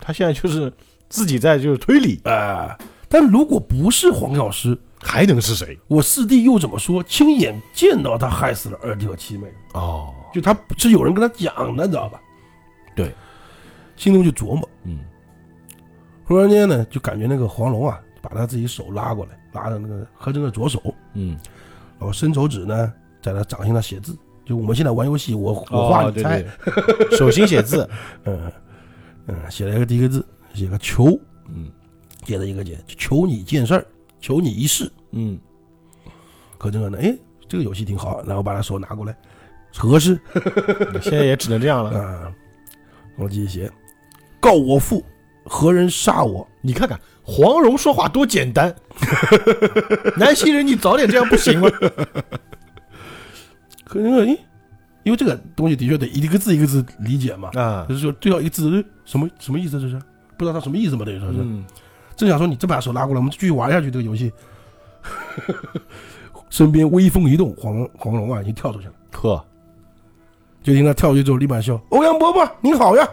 S1: 他现在就是自己在就是推理，
S3: 啊、但如果不是黄药师，
S1: 还能是谁？
S3: 我四弟又怎么说？亲眼见到他害死了二弟和七妹，
S1: 哦，
S3: 就他是有人跟他讲的，你知道吧？
S1: 对，
S3: 心中就琢磨，
S1: 嗯
S3: 忽然间呢，就感觉那个黄龙啊，把他自己手拉过来，拉着那个何真的左手，
S1: 嗯，
S3: 然后伸手指呢，在他掌心上写字。就我们现在玩游戏，我我画
S1: 哦
S3: 你猜，，
S1: 对 对手心写字，
S3: 嗯嗯，写了一个第一个字，写个求，
S1: 嗯
S3: 接着一个解，求你件事儿，求你一事。
S1: 嗯，
S3: 何真呢，哎，这个游戏挺好，然后把他手拿过来，合适
S1: 现在也只能这样了。
S3: 啊，我继续写，告我父何人杀我？
S1: 你看看黄蓉说话多简 单，南溪人你早点这样不行吗？
S3: 何真哎，因为这个东西的确得一个字一个字理解嘛，
S1: 啊，
S3: 就是说对到一个字，哎什么什么意思这是？不知道他什么意思嘛？等于说是，
S1: 嗯，
S3: 正想说你这把手拉过来，我们继续玩下去这个游戏。 身边微风一动，黄黄龙啊已经跳出去了，
S1: 呵，
S3: 就听他跳出去之后立马笑：“欧阳伯伯您好呀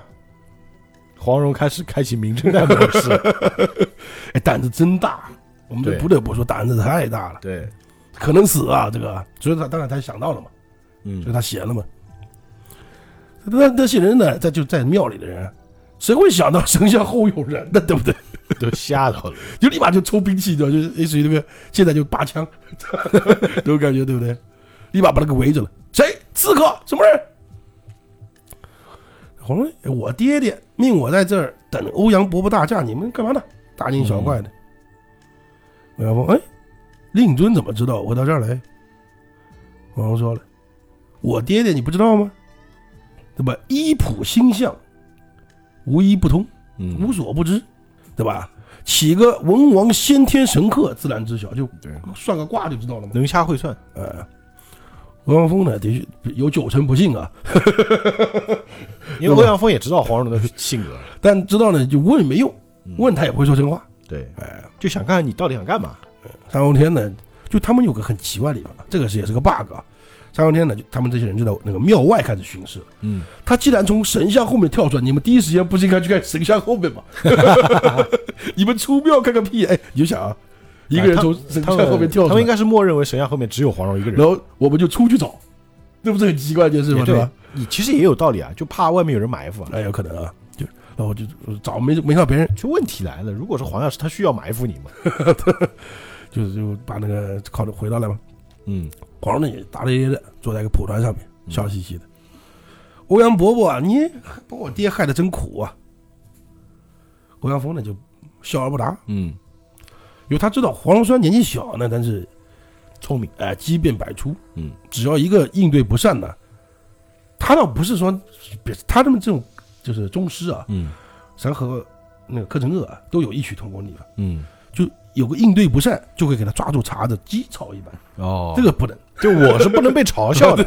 S1: 黄蓉开始开启名侦探模式，！”
S3: 哎，胆子真大，我们这
S1: 对
S3: 不得不说胆子太大了，
S1: 对，
S3: 可能死啊这个。所以他当然他想到了嘛，所以
S1: 嗯
S3: 他写了嘛。那那些人呢，在就在庙里的人，谁会想到神像后有人呢？对不对？
S1: 都吓到了，
S3: 就立马就抽兵器，你知道，就是类似于那个现在就拔枪， 这种感觉，对不对？立马把他给围着了。谁？刺客？什么人？红龙，我爹爹命我在这儿等欧阳伯伯大驾，你们干嘛呢？大惊小怪的。欧阳伯伯，哎，令尊怎么知道我会到这儿来？黄龙说了，我爹爹你不知道吗？对吧？医普星象，无一不通。
S1: 嗯
S3: 无所不知，对吧？起个文王先天神客，自然知晓，就
S1: 对
S3: 算个卦就知道了嘛。
S1: 能掐会算，
S3: 呃，欧阳锋呢，的确有九成不信啊，
S1: 因为欧阳锋也知道黄蓉的性格，
S3: 但知道呢就问也没用，
S1: 嗯
S3: 问他也不会说真话。
S1: 对，
S3: 哎，
S1: 就想看看你到底想干嘛。
S3: 三王天呢，就他们有个很奇怪的地方，这个是也是个 bug 啊。三王天呢，就他们这些人就在那个庙外开始巡视了。
S1: 嗯，
S3: 他既然从神像后面跳出来，你们第一时间不是应该去看神像后面 吗？ 你们出庙看个屁！哎，你就想啊，一个人从神
S1: 哎他
S3: 像
S1: 们
S3: 后面跳出来，
S1: 他们应该是默认为神像后面只有黄蓉一个人，
S3: 然后我们就出去找，这不是很奇怪一件事吗？
S1: 也
S3: 对啊
S1: 对
S3: 吧？，
S1: 你其实也有道理啊，就怕外面有人埋伏啊。
S3: 哎，有可能啊，就然后我就找没没看别人，
S1: 就问题来了，如果是黄药师，他需要埋伏你吗？
S3: 就是就把那个靠着回到来嘛。
S1: 嗯，
S3: 黄蓉呢也大咧咧的坐在一个蒲团上面，笑嘻嘻的。欧阳伯伯啊，你把我爹害得真苦啊！欧阳锋呢就笑而不答，
S1: 嗯，
S3: 因为他知道黄蓉虽然年纪小呢，但是
S1: 聪明，
S3: 哎机变百出，
S1: 嗯，
S3: 只要一个应对不善呢，他倒不是说别他们这种就是宗师啊，
S1: 嗯
S3: 咱和那个柯镇恶啊都有异曲同工的地方，
S1: 嗯，
S3: 就有个应对不善，就会给他抓住茬子，鸡草一般，
S1: 哦
S3: 这个不能，
S1: 就我是不能被嘲笑 的，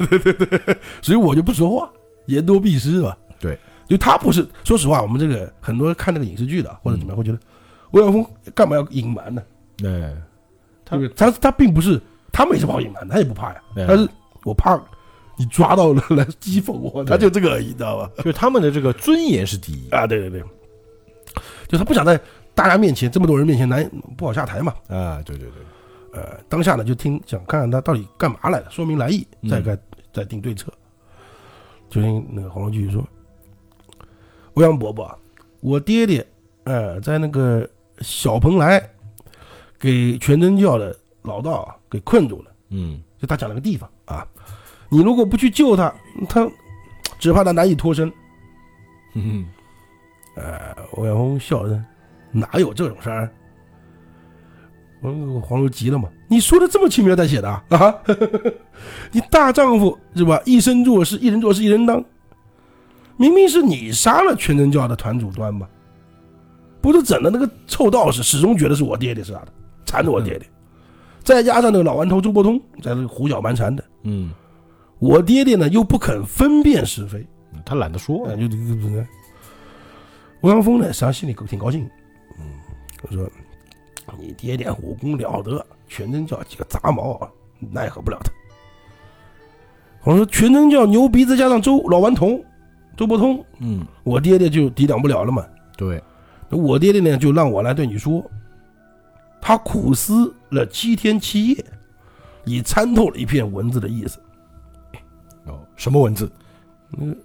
S3: 所以我就不说话，言多必失吧。
S1: 对，
S3: 就他不是，说实话，我们这个很多看那个影视剧的啊或者
S1: 嗯
S3: 怎么样，会觉得欧阳锋干嘛要隐瞒呢？
S1: 哎，他
S3: 对不对？他他并不是，他没什么好隐瞒，他也不怕呀，
S1: 哎
S3: 但是我怕你抓到了来讥讽我，他就这个而已，你知道吧？
S1: 就是他们的这个尊严是第 一，
S3: 啊，对对对，就他不想在大家面前这么多人面前难不好下台嘛，
S1: 啊，对对对，
S3: 呃，当下呢就听想看看他到底干嘛来了，说明来意，
S1: 嗯
S3: 再该再定对策。就听那个黄龙继续说：“欧阳伯伯啊，我爹爹，呃，在那个小蓬莱给全真教的老道啊给困住了，
S1: 嗯
S3: 就他讲了个地方啊，你如果不去救他，他只怕他难以脱身。
S1: 嗯
S3: 欧阳锋呃笑着：“哪有这种事儿？”我黄蓉急了嘛：“你说的这么轻描淡写的啊？啊 你大丈夫是吧？以身作事，一人做事一人当。明明是你杀了全真教的团主端吧？不是整的那个臭道士，始终觉得是我爹爹杀的，缠着我爹爹。再加上那个老顽童周伯通在那胡搅蛮缠的，
S1: 嗯
S3: 我爹爹呢又不肯分辨是非，
S1: 他懒得说
S3: 啊，，就这个这个。欧阳锋呢，实际上心里挺高兴，嗯，他说：“你爹爹武功了得，全真教几个杂毛啊，奈何不了他。”我说：“全真教牛鼻子加上周老顽童，周伯通，
S1: 嗯，
S3: 我爹爹就抵挡不了了嘛。
S1: 对，
S3: 我爹爹呢，就让我来对你说，他苦思了七天七夜，已参透了一片文字的意思。”
S1: 哦，什么文字？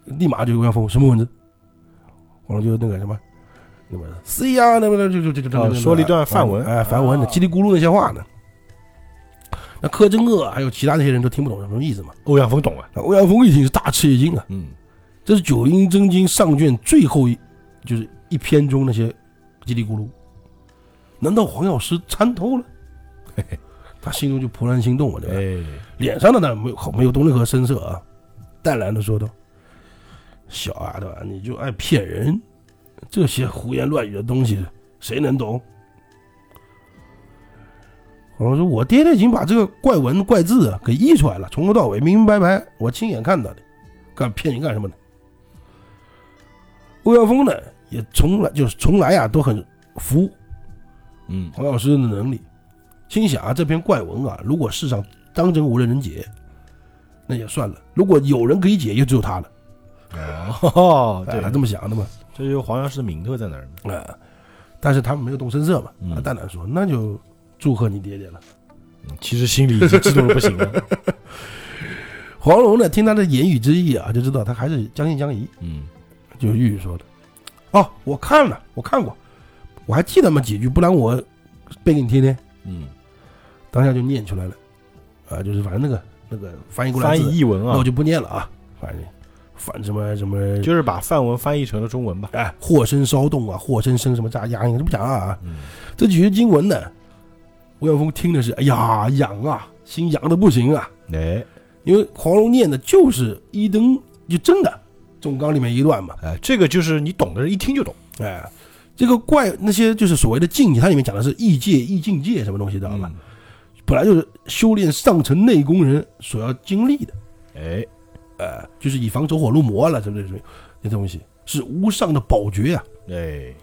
S3: 立马就欧阳锋什么文字？我就那个什么，那么 C 呀，那么就就就就
S1: 哦
S3: 就
S1: 说了一段梵文哦
S3: 哎，梵文的叽里咕噜那些话呢。那柯镇恶啊还有其他那些人都听不懂什么意思嘛。
S1: 欧阳锋懂啊，
S3: 那欧阳锋一听是大吃一惊啊，
S1: 嗯，
S3: 这是《九阴真经》上卷最后一就是一篇中那些叽里咕噜。难道黄药师参透了？
S1: 嘿嘿，
S3: 他心中就怦然心动啊，对吧？
S1: 哎，
S3: 脸上的呢没有好没有动任何声色啊，淡然的说道：“小丫头啊，你就爱骗人，这些胡言乱语的东西谁能懂？”我说：“我爹爹已经把这个怪文怪字啊给译出来了，从头到尾明明白白，我亲眼看到的，干骗你干什么呢？”欧阳锋呢，也从来就是从来啊都很服
S1: 嗯，
S3: 黄药师的能力，心想啊，这篇怪文啊，如果世上当真无人能解，那也算了；如果有人可以解，也只有他了。
S1: 哦，
S3: 哎
S1: 对
S3: 他，这么想的嘛，
S1: 这就是黄药师的名头在那儿呢，
S3: 啊、但是他们没有动声色嘛，
S1: 嗯
S3: 啊，淡淡说，那就祝贺你爹爹了。
S1: 嗯其实心里已经激动的不行了，
S3: 黄蓉呢，听他的言语之意啊，就知道他还是将信将疑，
S1: 嗯，
S3: 就玉玉说的，哦，我看了，我看过，我还记得那么几句，不然我背给你听听。
S1: 嗯，
S3: 当下就念出来了，啊，就是反正那个那个翻译过来
S1: 翻
S3: 的字
S1: 译译文
S3: 那
S1: 啊
S3: 我，就不念了啊，反正反什么什么，
S1: 就是把梵文翻译成了中文吧，
S3: 哎，货身骚动啊，货身生什么炸压应，这不讲啊。
S1: 嗯，
S3: 这几句经文呢，欧阳锋听的是，哎呀，痒啊，心痒的不行啊，
S1: 哎，
S3: 因为黄蓉念的就是一灯，就真的总纲里面一段嘛，
S1: 哎，这个就是你懂的人一听就懂，
S3: 哎。这个怪那些就是所谓的境界，它里面讲的是异界、异境界什么东西，知道
S1: 嗯
S3: 吧？本来就是修炼上乘内功人所要经历的。
S1: 哎，
S3: 呃，就是以防走火入魔了，什么这种这东西是无上的宝诀啊。
S1: 哎，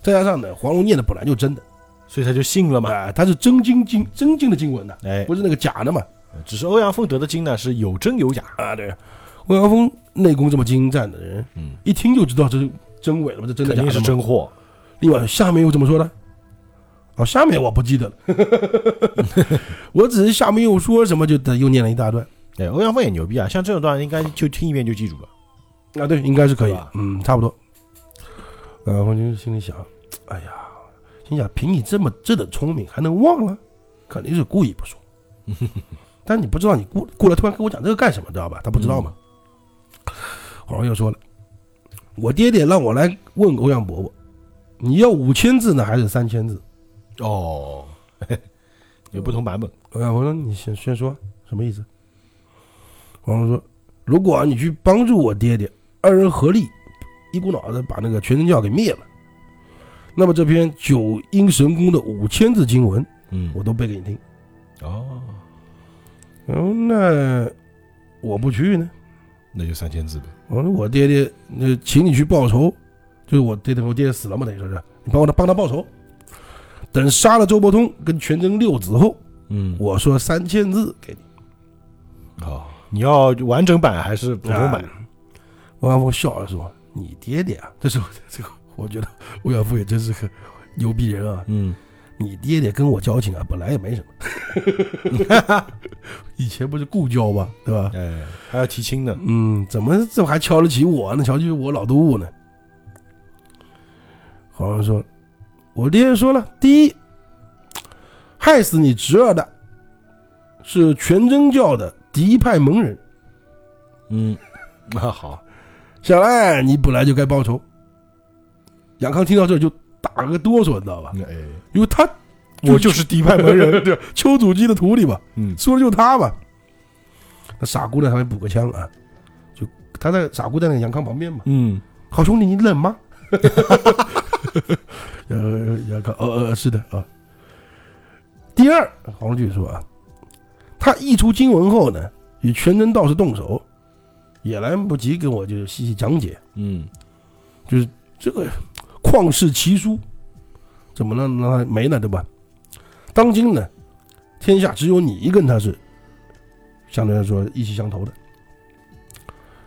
S3: 再加上呢，黄蓉念的本来就真的，
S1: 所以他就信了嘛，
S3: 啊、它是真经经真经的经文呐、
S1: 哎，
S3: 不是那个假的嘛。
S1: 只是欧阳锋得的经呢是有真有假，
S3: 啊，对，欧阳锋内功这么精湛的人，
S1: 嗯，
S3: 一听就知道这是真伪了嘛，这真的
S1: 肯
S3: 假
S1: 定
S3: 的
S1: 是
S3: 嘛。
S1: 真货，
S3: 另外，下面又怎么说呢？哦，下面我不记得了， 我只是下面又说什么就得又念了一大段。
S1: 哎，欧阳锋也牛逼啊，像这种段应该就听一遍就记住了，
S3: 啊，对，应该是可以
S1: 对吧，
S3: 嗯，差不多。呃，我就心里想，哎呀，心想凭你这么这等聪明，还能忘了？肯定是故意不说。但你不知道，你过过来突然跟我讲这个干什么，知道吧？他不知道嘛。黄蓉又说了，我爹爹让我来问欧阳伯伯，你要五千字呢，还是三千字？
S1: 哦，有不同版本，
S3: 欧阳伯伯说：“你先先说什么意思？”黄蓉说：“如果你去帮助我爹爹，二人合力，一股脑的把那个全真教给灭了，那么这篇九阴神功的五千字经文，
S1: 嗯
S3: 我都背给你听。
S1: 哦，
S3: 嗯，那我不去呢？
S1: 那就三千字呗，
S3: 我说我爹爹，那请你去报仇，就是我爹爹，我爹爹死了嘛，等于说是你帮我帮他报仇。等杀了周伯通跟全真六子后，
S1: 嗯我
S3: 我说三千字给你。”
S1: 哦，你要完整版还是普通版？
S3: 欧阳锋笑着说：“你爹爹啊， 这时候这个，我觉得欧阳锋也真是个牛逼人啊！
S1: 嗯，
S3: 你爹爹跟我交情啊，本来也没什么， 以前不是故交吗？对吧？
S1: 哎，还要提亲呢，
S3: 嗯，怎么这还瞧得起我呢？瞧得起我老杜呢？”黄蓉说：“我爹爹说了，第一，害死你侄儿的是全真教的敌派盟人，
S1: 嗯，那好，
S3: 小赖，你本来就该报仇。杨康听到这儿就打了个哆嗦，你知道 吧？
S1: 哎，
S3: 因为他
S1: 我就是迪拜门 人，
S3: 对丘处机的徒弟嘛，
S1: 嗯
S3: 说的就是他嘛。那傻姑娘还没补个枪啊，就他在傻姑在那个杨康旁边嘛。
S1: 嗯，
S3: 好兄弟，你冷吗？ 呃，杨康，呃呃，是的啊。第二，黄继说啊，他译出经文后呢，与全真道士动手，也来不及跟我就是细细讲解，
S1: 嗯
S3: 就是这个旷世奇书，怎么能让他没呢？对吧？当今呢，天下只有你一个人他是相对来说意气相投的，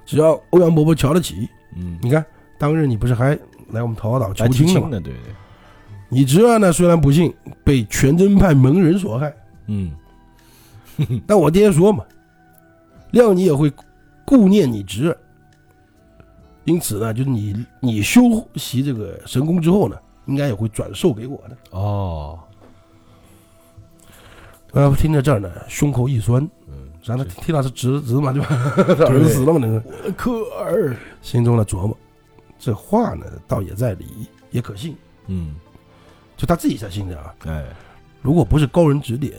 S3: 只要欧阳伯伯瞧得起，
S1: 嗯，
S3: 你看当日你不是还来我们桃花岛求
S1: 来提
S3: 亲了
S1: 亲
S3: 吗？
S1: 的，对对，
S3: 你侄儿呢虽然不幸被全真派门人所害，
S1: 嗯
S3: 但我爹说嘛，谅你也会顾念你侄儿，因此呢，就是你你修习这个神功之后呢，应该也会转授给我的。
S1: 哦，
S3: 呃，听到这儿呢，胸口一酸，
S1: 嗯，
S3: 然后听到是侄子嘛，对吧？儿子死了嘛，那个
S1: 科尔，
S3: 心中呢琢磨，这话呢倒也在理，也可信，
S1: 嗯，
S3: 就他自己才信的啊。
S1: 哎，
S3: 如果不是高人指点，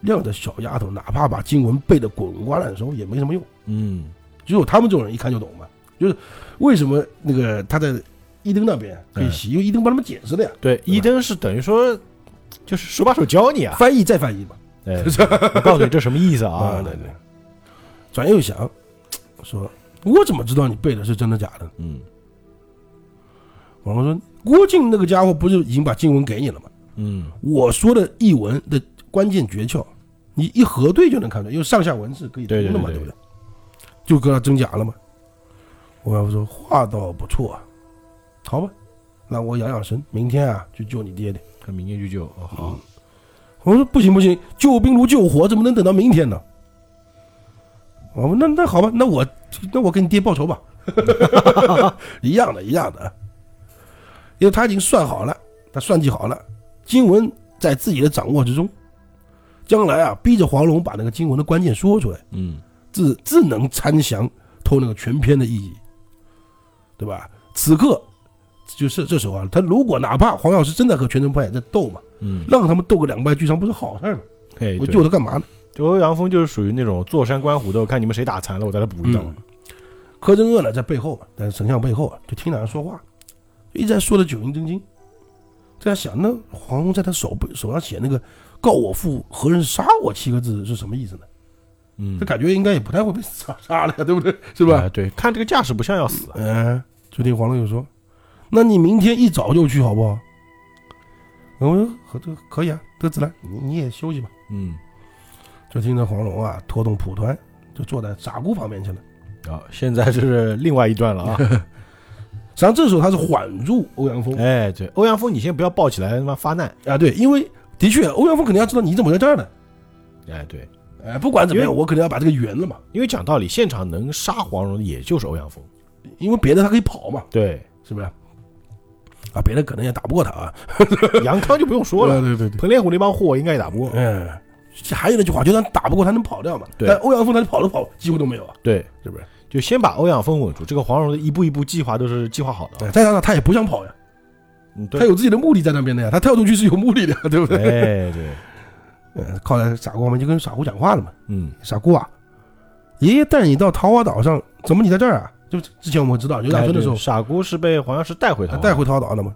S3: 亮的小丫头哪怕把经文背得滚瓜烂熟，也没什么用。
S1: 嗯
S3: 只有他们这种人一看就懂嘛。就是为什么那个他在伊登那边可以
S1: 哎
S3: 洗，因为伊登帮他们解释的呀，
S1: 对，伊登是等于说就是手把手教你啊，
S3: 翻译再翻译嘛。
S1: 哎，我告诉你这什么意思啊？
S3: 对对。转又想，说我怎么知道你背的是真的假的？
S1: 嗯
S3: 王龙说，郭靖那个家伙不是已经把经文给你了吗？
S1: 嗯
S3: 我说的译文的关键诀窍，你一核对就能看出来，因为上下文是可以读的嘛，
S1: 对对对
S3: 不对？就跟他真假了嘛。我要不说话倒不错、啊，好吧，让我养养神，明天啊去救你爹爹。
S1: 他明天就救，哦好，
S3: 我说不行不行，救兵如救火，怎么能等到明天呢？我说那那好吧，那我那我给你爹报仇吧， 一样的，一样的，因为他已经算好了，他算计好了，经文在自己的掌握之中，将来啊，逼着黄龙把那个经文的关键说出来，
S1: 嗯
S3: 自自能参详透那个全篇的意义，对吧？此刻就是这时候啊，他如果哪怕黄药师真的和全真派也在斗嘛，
S1: 嗯，
S3: 让他们斗个两败俱伤不是好事儿吗？
S1: 哎，
S3: 我
S1: 对
S3: 救他干嘛呢？
S1: 就欧阳锋就是属于那种坐山观虎斗，看你们谁打残了，我再来补一刀。
S3: 嗯柯镇恶呢在背后啊，在丞相背后啊，就听两人说话，一直在说的九阴真经。在想，那黄蓉在他手背手上写那个“告我父何人杀我”七个字是什么意思呢？
S1: 嗯
S3: 这，感觉应该也不太会被杀杀了呀，对不对？是
S1: 对
S3: 吧？
S1: 对，看这个架势不像要死啊。
S3: 嗯，就听黄蓉又说：“那你明天一早就去好不好？”我说：“可这可以啊，得子兰，你你也休息吧。
S1: 嗯，”
S3: 就听着黄蓉啊拖动蒲团，就坐在傻姑旁边去了。
S1: 嗯好，现在就是另外一段 了啊。
S3: 实际上这时候他是缓住欧阳锋，
S1: 哎，对，欧阳锋，你先不要抱起来他妈发难。
S3: 啊，对，因为的确，欧阳锋肯定要知道你怎么在这儿的。
S1: 哎，对，
S3: 哎，不管怎么样，
S1: 因
S3: 我肯定要把这个圆了嘛，
S1: 因为讲道理，现场能杀黄蓉的也就是欧阳锋。
S3: 因为别的他可以跑嘛，
S1: 对，
S3: 是不是？啊，别的可能也打不过他啊。
S1: 杨康就不用说了，
S3: 对对对，
S1: 彭连虎那帮货应该也打不过。
S3: 嗯，还有那句话，就算打不过他能跑掉嘛。
S1: 对
S3: 但欧阳锋他跑都跑机会都没有啊，
S1: 对，
S3: 是不是？
S1: 就先把欧阳锋稳住。这个黄蓉的一步一步计划都是计划好的啊。
S3: 哎对，再加上他也不想跑呀，
S1: 嗯，
S3: 他
S1: 对，
S3: 有自己的目的在那边的呀，他跳出去是有目的的呀，对不对？
S1: 哎，对，
S3: 嗯，靠在傻姑旁边就跟傻姑讲话了嘛。
S1: 嗯，
S3: 傻姑啊，爷爷带你到桃花岛上，怎么你在这儿啊？就之前我们知道牛大
S1: 哎
S3: 春的时候
S1: 对，傻姑是被黄药师带回
S3: 他
S1: 头，
S3: 带回桃岛了吗？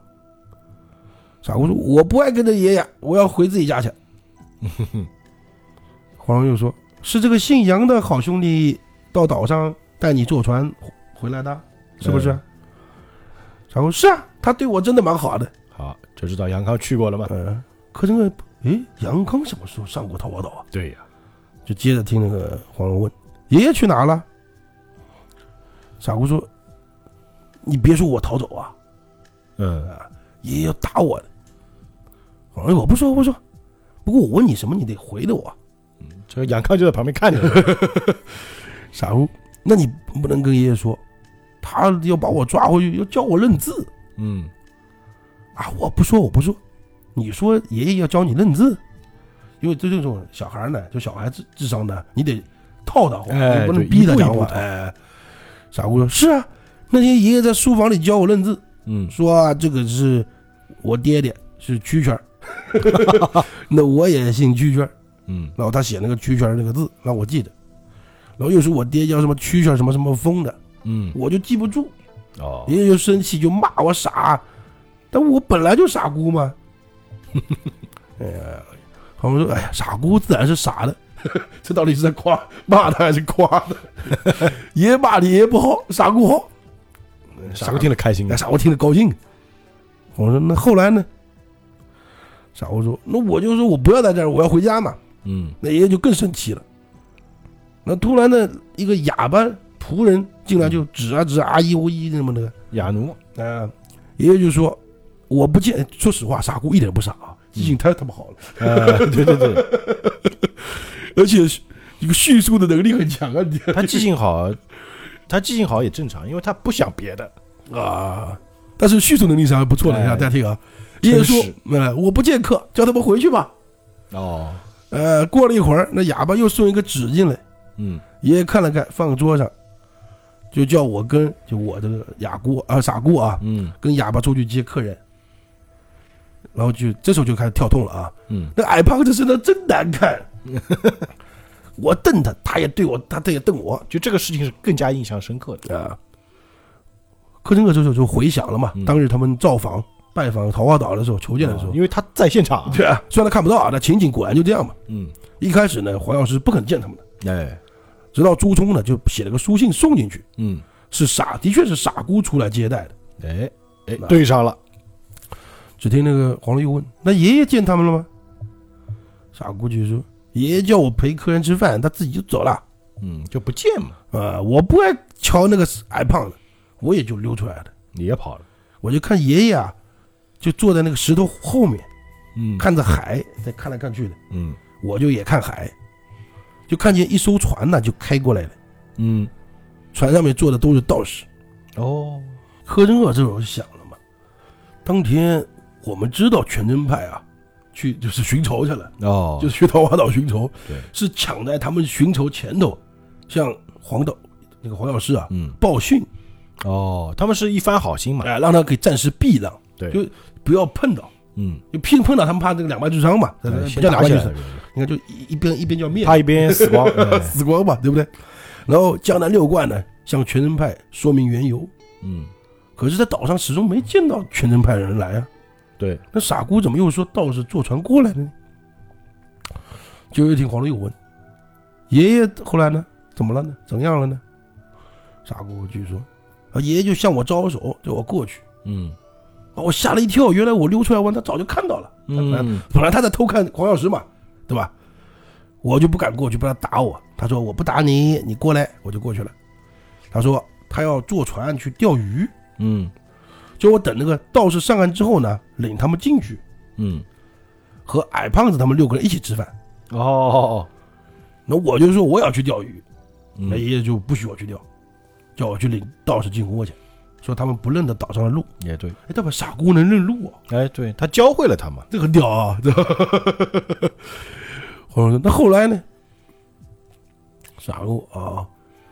S3: 傻姑说：“我不爱跟着爷爷，我要回自己家去。”黄蓉又说：“是这个姓杨的好兄弟到岛上带你坐船回回来的，是不是？”傻姑：“是啊，他对我真的蛮好的。
S1: 好，就知道杨康去过了嘛”。
S3: 嗯，可这个诶，杨康什么时候上过桃花岛啊？
S1: 对呀，
S3: 就接着听那个黄蓉问：“爷爷去哪了？”傻姑说：“你别说我逃走啊，
S1: 嗯，
S3: 爷爷要打我的。我说我不说不说，不过我问你什么，你得回的我。
S1: 这个杨康就在旁边看着呢。
S3: 傻乎，那你不能跟爷爷说，他要把我抓回去，要教我认字
S1: 嗯，
S3: 啊！我不说我不说，你说爷爷要教你认字，因为这这种小孩呢，就小孩智智商呢，你得套他话，
S1: 哎
S3: 你不
S1: 对
S3: 能逼他
S1: 一步一
S3: 讲
S1: 步
S3: 话。哎，傻乎说，是啊，那天爷爷在书房里教我认字，
S1: 嗯，
S3: 说、啊这个是我爹爹是蛐蛐儿， 那我也姓蛐蛐儿。
S1: 嗯，
S3: 然后他写那个蛐蛐儿那个字，让我记得。然后又是我爹叫什么蛐蛐儿什么什么风的，
S1: 嗯，
S3: 我就记不住。
S1: 哦，
S3: 爷爷就生气，就骂我傻，但我本来就傻 姑嘛。哎呀，他们说，哎呀，傻姑自然是傻的， 这到底是在夸骂他还是夸他？ 爷骂你爷不好，傻姑好，
S1: 傻姑听了开心
S3: 那
S1: 啊，
S3: 傻瓜听了高兴。我说那后来呢？傻瓜说那我就说我不要在这儿，我要回家嘛。
S1: 嗯
S3: 那爷爷就更生气了。那突然呢，一个哑巴仆人进来就指啊指啊啊一哦一那么的，
S1: 雅 奴，
S3: 啊，爷爷就说我不见，说实话，傻姑一点也不傻啊，记性太他妈好了，
S1: 呃，对对对，
S3: 而且这个叙述的能力很强啊，你
S1: 他记性好，他记性好也正常，因为他不想别的。
S3: 啊，但是叙述能力上还不错的，
S1: 哎
S3: 大家听啊。爷爷说
S1: 真是：“
S3: 呃，我不见客，叫他们回去吧。
S1: 哦，”
S3: 呃，过了一会儿，那哑巴又送一个纸进来，
S1: 嗯
S3: 爷爷看了看，放桌上，就叫我跟就我这个哑姑啊傻姑啊，
S1: 嗯
S3: 跟哑巴出去接客人。然后就这时候就开始跳痛了啊！
S1: 嗯，
S3: 那矮胖子身上真难看，我瞪他，他也对我，他他也瞪我
S1: 就这个事情是更加印象深刻的。
S3: 啊。柯镇恶这时候就回想了嘛，
S1: 嗯
S3: 当日他们造访拜访桃花岛的时候，求见的时候，
S1: 哦因为他在现场啊。
S3: 对啊，虽然他看不到啊，那情景果然就这样嘛。
S1: 嗯，
S3: 一开始呢，黄药师不肯见他们的，
S1: 哎，
S3: 直到朱冲呢就写了个书信送进去，
S1: 嗯，
S3: 是傻，的确是傻姑出来接待的。
S1: 哎哎
S3: 那，
S1: 对上了。
S3: 只听那个黄龙又问：“那爷爷见他们了吗？”傻姑就说：“爷爷叫我陪客人吃饭，他自己就走了。
S1: 嗯，就不见嘛，
S3: 啊、我不爱瞧那个矮胖子，我也就溜出来了。
S1: 你也跑了。
S3: 我就看爷爷啊，就坐在那个石头后面，
S1: 嗯
S3: 看着海，在看来看去的。
S1: 嗯
S3: 我就也看海，就看见一艘船呢就开过来了，
S1: 嗯，
S3: 船上面坐的都是道士。
S1: 哦，
S3: 柯镇恶这时候就想了嘛，当天我们知道全真派啊，去就是寻仇去了。”
S1: 哦，
S3: 就是去桃花岛寻仇
S1: 对，
S3: 是抢在他们寻仇前头，向黄岛那个黄药师啊
S1: 嗯，
S3: 报讯，
S1: 哦，他们是一番好心嘛，
S3: 哎，让他给暂时避让，
S1: 对，
S3: 就不要碰到，
S1: 嗯，
S3: 就碰碰到他们怕这个两败俱伤嘛，
S1: 哎
S3: 不
S1: 先
S3: 叫两败
S1: 打起
S3: 俱
S1: 来
S3: 伤，，你看就一一边一边就要灭
S1: 他一边死 光，哎
S3: 死光嘛，对不对？然后江南六怪呢向全真派说明缘由，
S1: 嗯，
S3: 可是，在岛上始终没见到全真派人来啊，
S1: 对，
S3: 那傻姑怎么又说道士坐船过来了呢？就又听黄龙又问：“爷爷后来呢？怎么了呢？怎样了呢？”傻姑就说：“啊，爷爷就向我招手，叫我过去。啊
S1: 嗯
S3: 把我吓了一跳，原来我溜出来玩，他早就看到了。
S1: 嗯，
S3: 本来他在偷看黄药师嘛，对吧？我就不敢过去，不然他打我。他说我不打你，你过来，我就过去了。他说他要坐船去钓鱼，
S1: 嗯
S3: 叫我等那个道士上岸之后呢，领他们进去，
S1: 嗯，
S3: 和矮胖子他们六个人一起吃饭。”
S1: 哦哦哦，
S3: 那我就说我也要去钓鱼，那
S1: 嗯，
S3: 爷爷就不许我去钓，叫我去领道士进窝去，说他们不认得岛上的路。
S1: 也对，
S3: 哎，他把傻姑能认路啊，
S1: 哎，对他教会了他嘛，
S3: 这个屌啊！这 我说那后来呢？傻姑啊，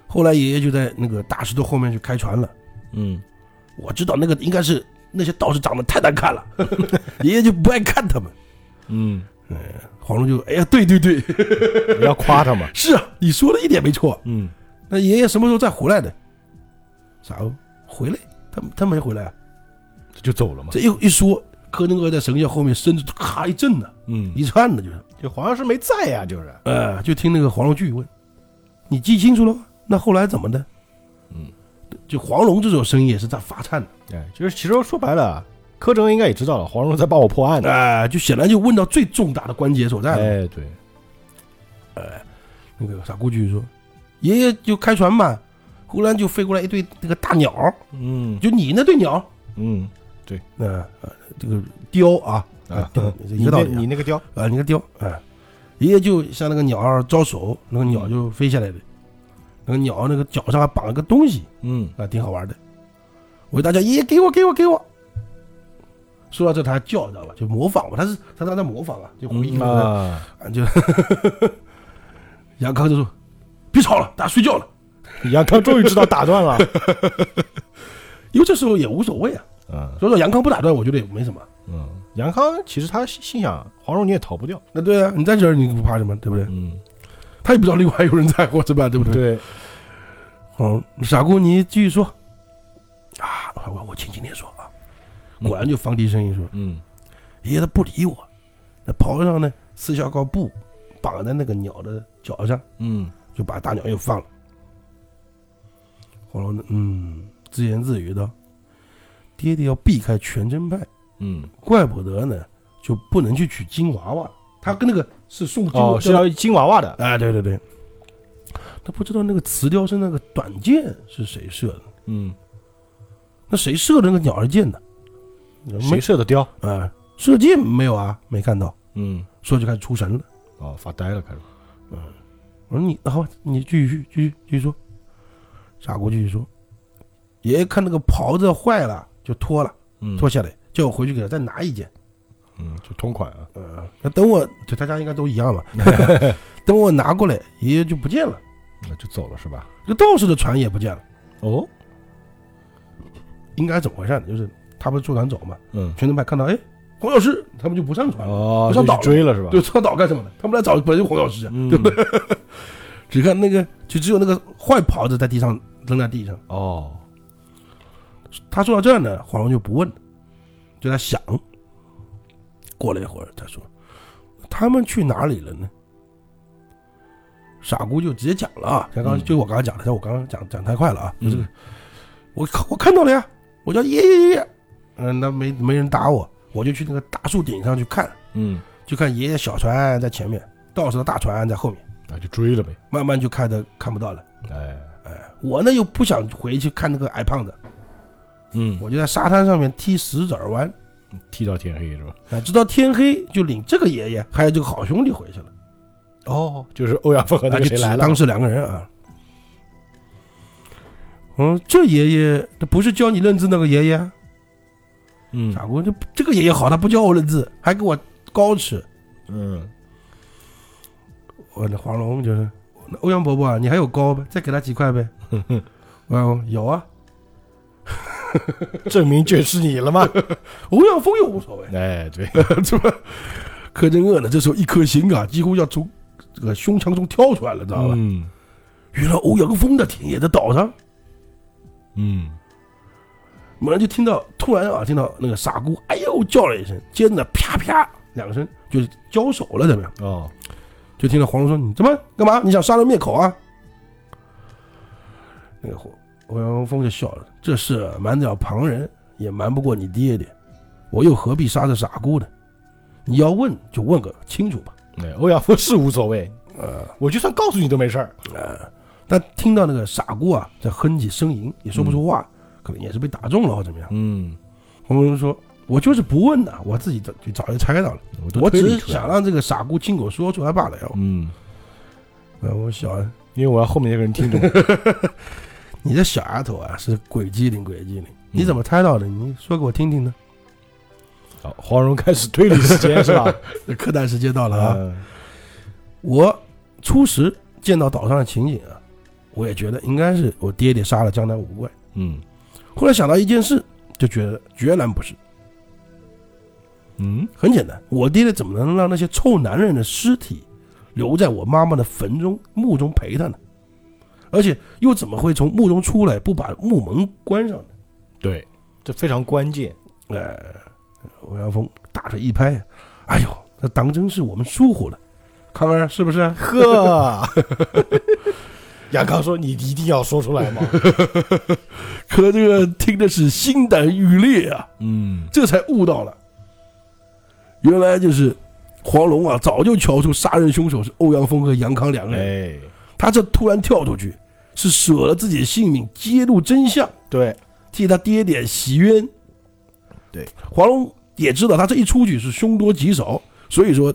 S3: 后来爷爷就在那个大石头后面去开船了。
S1: 嗯
S3: 我知道那个应该是那些道士长得太难看了， 爷爷就不爱看他们。
S1: 嗯，
S3: 黄龙就哎呀，对对对，
S1: 要夸他嘛，
S3: 是啊，你说的一点没错。
S1: 嗯，
S3: 那爷爷什么时候再回来的？啥？回来？他他没回来啊！
S1: 就走了嘛，
S3: 这一一说，柯镇恶在神像后面身子咔一震呢，
S1: 嗯，
S3: 一颤呢，就是。
S1: 就黄药师没在呀，就是，
S3: 呃，就听那个黄龙剧问：“你记清楚了吗？那后来怎么的？”
S1: 嗯，
S3: 就黄龙这种声音也是在发颤的。
S1: 哎，就是其实说白了，啊柯震应该也知道了，黄蓉在帮我破案呢，
S3: 啊、就显然就问到最重大的关节所在了。
S1: 哎，对，
S3: 那个傻姑就说：“爷爷就开船嘛，忽然就飞过来一对那个大鸟，
S1: 嗯
S3: 就你那对鸟，
S1: 嗯，
S3: 呃，呃这个雕啊，
S1: 啊
S3: 雕，一
S1: 你
S3: 个道
S1: 那
S3: 理啊、
S1: 你那个雕，
S3: 啊，你看雕，哎，爷爷就向那个鸟儿招手，那个鸟就飞下来了。那个鸟那个脚上还绑了个东西，
S1: 嗯
S3: 啊，挺好玩的。我大家爷爷给我给我给我。说到这，他还叫，你知道吧？就模仿嘛，他是他他在模仿啊，就回
S1: 嗯
S3: 应那个
S1: 啊。
S3: 啊，就杨康啊就说：“哎别吵了，大家睡觉了。
S1: 杨康终于知道打断 了。”
S3: 因为这时候也无所谓啊，
S1: 嗯
S3: 所以说杨康不打断，我觉得也没什么。
S1: 嗯，杨康其实他心想，黄蓉你也逃不掉。
S3: 那对啊，你在这儿你不怕什么，对不对？
S1: 嗯，
S3: 他也不知道另外有人在或者怎么样，对不对？
S1: 对，
S3: 嗯，傻姑，你继续说。啊，我我轻轻点说啊。果然就放低声音说
S1: 嗯，：“
S3: 爷爷他不理我，那袍上呢，四下高布绑在那个鸟的脚上，
S1: 嗯
S3: 就把大鸟又放了。黄龙呢，嗯，自言自语道：“爹爹要避开全真派，
S1: 嗯，
S3: 怪不得呢，就不能去取金娃娃。他跟那个是送金
S1: 哦，是
S3: 叫
S1: 要金娃娃的，
S3: 哎，对对对，他不知道那个瓷雕是那个短剑是谁射的，
S1: 嗯，
S3: 那谁射的那个鸟儿箭呢？没
S1: 谁射的雕？
S3: 啊、射箭没有啊？没看到，
S1: 嗯，
S3: 所以就开始出神了。
S1: 哦，发呆了，开始，
S3: 我说你好，你继续继续继续说。傻姑继续说，爷爷看那个袍子坏了，就脱了，
S1: 嗯，
S3: 脱下来，叫我回去给他再拿一件。
S1: 嗯，就同款啊，
S3: 嗯，那等我对他家应该都一样 吧。等我拿过来，爷爷就不见了，
S1: 那就走了是吧？
S3: 这个道士的船也不见了，
S1: 哦，
S3: 应该怎么回事呢？就是他不是坐船走嘛，
S1: 嗯，
S3: 全能派看到哎，黄药师，他们就不上船了，
S1: 哦，
S3: 不上
S1: 就
S3: 岛
S1: 去追了是吧？
S3: 对，上岛干什么呢？他们来找本来就黄药师啊，
S1: 嗯
S3: 对不对？只看那个，就只有那个坏袍子在地上扔在地上。
S1: 哦，
S3: 他说到这儿呢，黄蓉就不问了，就在想。过了一会儿，他说：“他们去哪里了呢？”傻姑就直接讲了啊，像刚
S1: 嗯
S3: 就我刚刚讲的，像我刚刚讲讲太快了啊，
S1: 嗯
S3: 就这个，我看我看到了呀，我叫爷爷爷爷，嗯，那没没人打我，我就去那个大树顶上去看，
S1: 嗯，
S3: 就看爷爷小船在前面，道士的大船在后面，
S1: 那就追了呗，
S3: 慢慢就看的看不到了。
S1: 哎，
S3: 我呢又不想回去看那个矮胖子，
S1: 嗯，
S3: 我就在沙滩上面踢石子儿玩，
S1: 踢到天黑是吧？
S3: 啊，直到天黑就领这个爷爷还有这个好兄弟回去了，
S1: 哦，就是欧阳锋和那
S3: 那
S1: 个
S3: 就
S1: 谁
S3: 只
S1: 来了
S3: 当，时两个人啊。嗯，这爷爷这不是教你认字那个爷爷啊，
S1: 嗯
S3: 傻姑这这个爷爷好，他不教我认字，还给我高吃。
S1: 嗯，
S3: 我哦那黄龙就是嗯那欧阳伯伯啊，你还有高呗，再给他几 块呗。嗯，有啊，
S1: 证明就是你了吗？
S3: 欧阳锋又无所谓。
S1: 哎，对，
S3: 是吧？柯镇恶呢，这时候一颗心啊，几乎要从这个胸腔中跳出来了，知道吧？
S1: 嗯
S3: 原来欧阳锋的田野在岛上，
S1: 嗯，
S3: 马上就听到，突然啊，听到那个傻姑哎呦叫了一声，接着呢啪啪两声就是交手了，怎么样？
S1: 哦，
S3: 就听到黄蓉说：“你怎么干嘛？你想杀人灭口啊？”那个欧欧阳锋就笑了：“这事瞒得了旁人，也瞒不过你爹爹，我又何必杀这傻姑呢？你要问就问个清楚吧。”
S1: 哎，欧阳锋是无所谓，
S3: 呃，
S1: 我就算告诉你都没事儿，
S3: 呃，但听到那个傻姑啊在哼唧呻吟，也说不出话，可能也是被打中了或怎么样。
S1: 嗯，
S3: 黄蓉说：“我就是不问的，我自己早就早就猜到了，
S1: 我都
S3: 我
S1: 推
S3: 只
S1: 理
S3: 是
S1: 出来
S3: 想
S1: 了，
S3: 让这个傻姑亲口说出来罢了。”要
S1: 嗯，
S3: 呃，我小孩，
S1: 因为我要后面那个人听懂，
S3: 你这小丫头啊是鬼机灵鬼机灵，
S1: 嗯
S3: 你怎么猜到的？你说给我 听听呢？
S1: 好，黄蓉开始推理时间是吧？
S3: 这课单时间到了 啊！
S1: 嗯
S3: 我初时见到岛上的情景啊，我也觉得应该是我爹爹杀了江南五怪。
S1: 嗯
S3: 后来想到一件事，就觉得决然不是。
S1: 嗯，
S3: 很简单，我爹爹怎么能让那些臭男人的尸体留在我妈妈的坟中墓中陪她呢？而且又怎么会从墓中出来不把墓门关上呢？
S1: 对，这非常关键，
S3: 哎，欧阳锋大腿一拍，哎呦，那当真是我们疏忽了，看看是啊不是？
S1: 呵， 杨康说：“你一定要说出来嘛。
S3: 可这个听的是心胆欲裂啊，”
S1: 嗯，
S3: 这才悟到了，原来就是黄龙啊，早就瞧出杀人凶手是欧阳锋和杨康两个人。
S1: 哎，
S3: 他这突然跳出去，是舍了自己的性命，揭露真相，
S1: 对，
S3: 替他爹爹洗冤。
S1: 对，
S3: 黄蓉也知道他这一出去是凶多吉少，所以说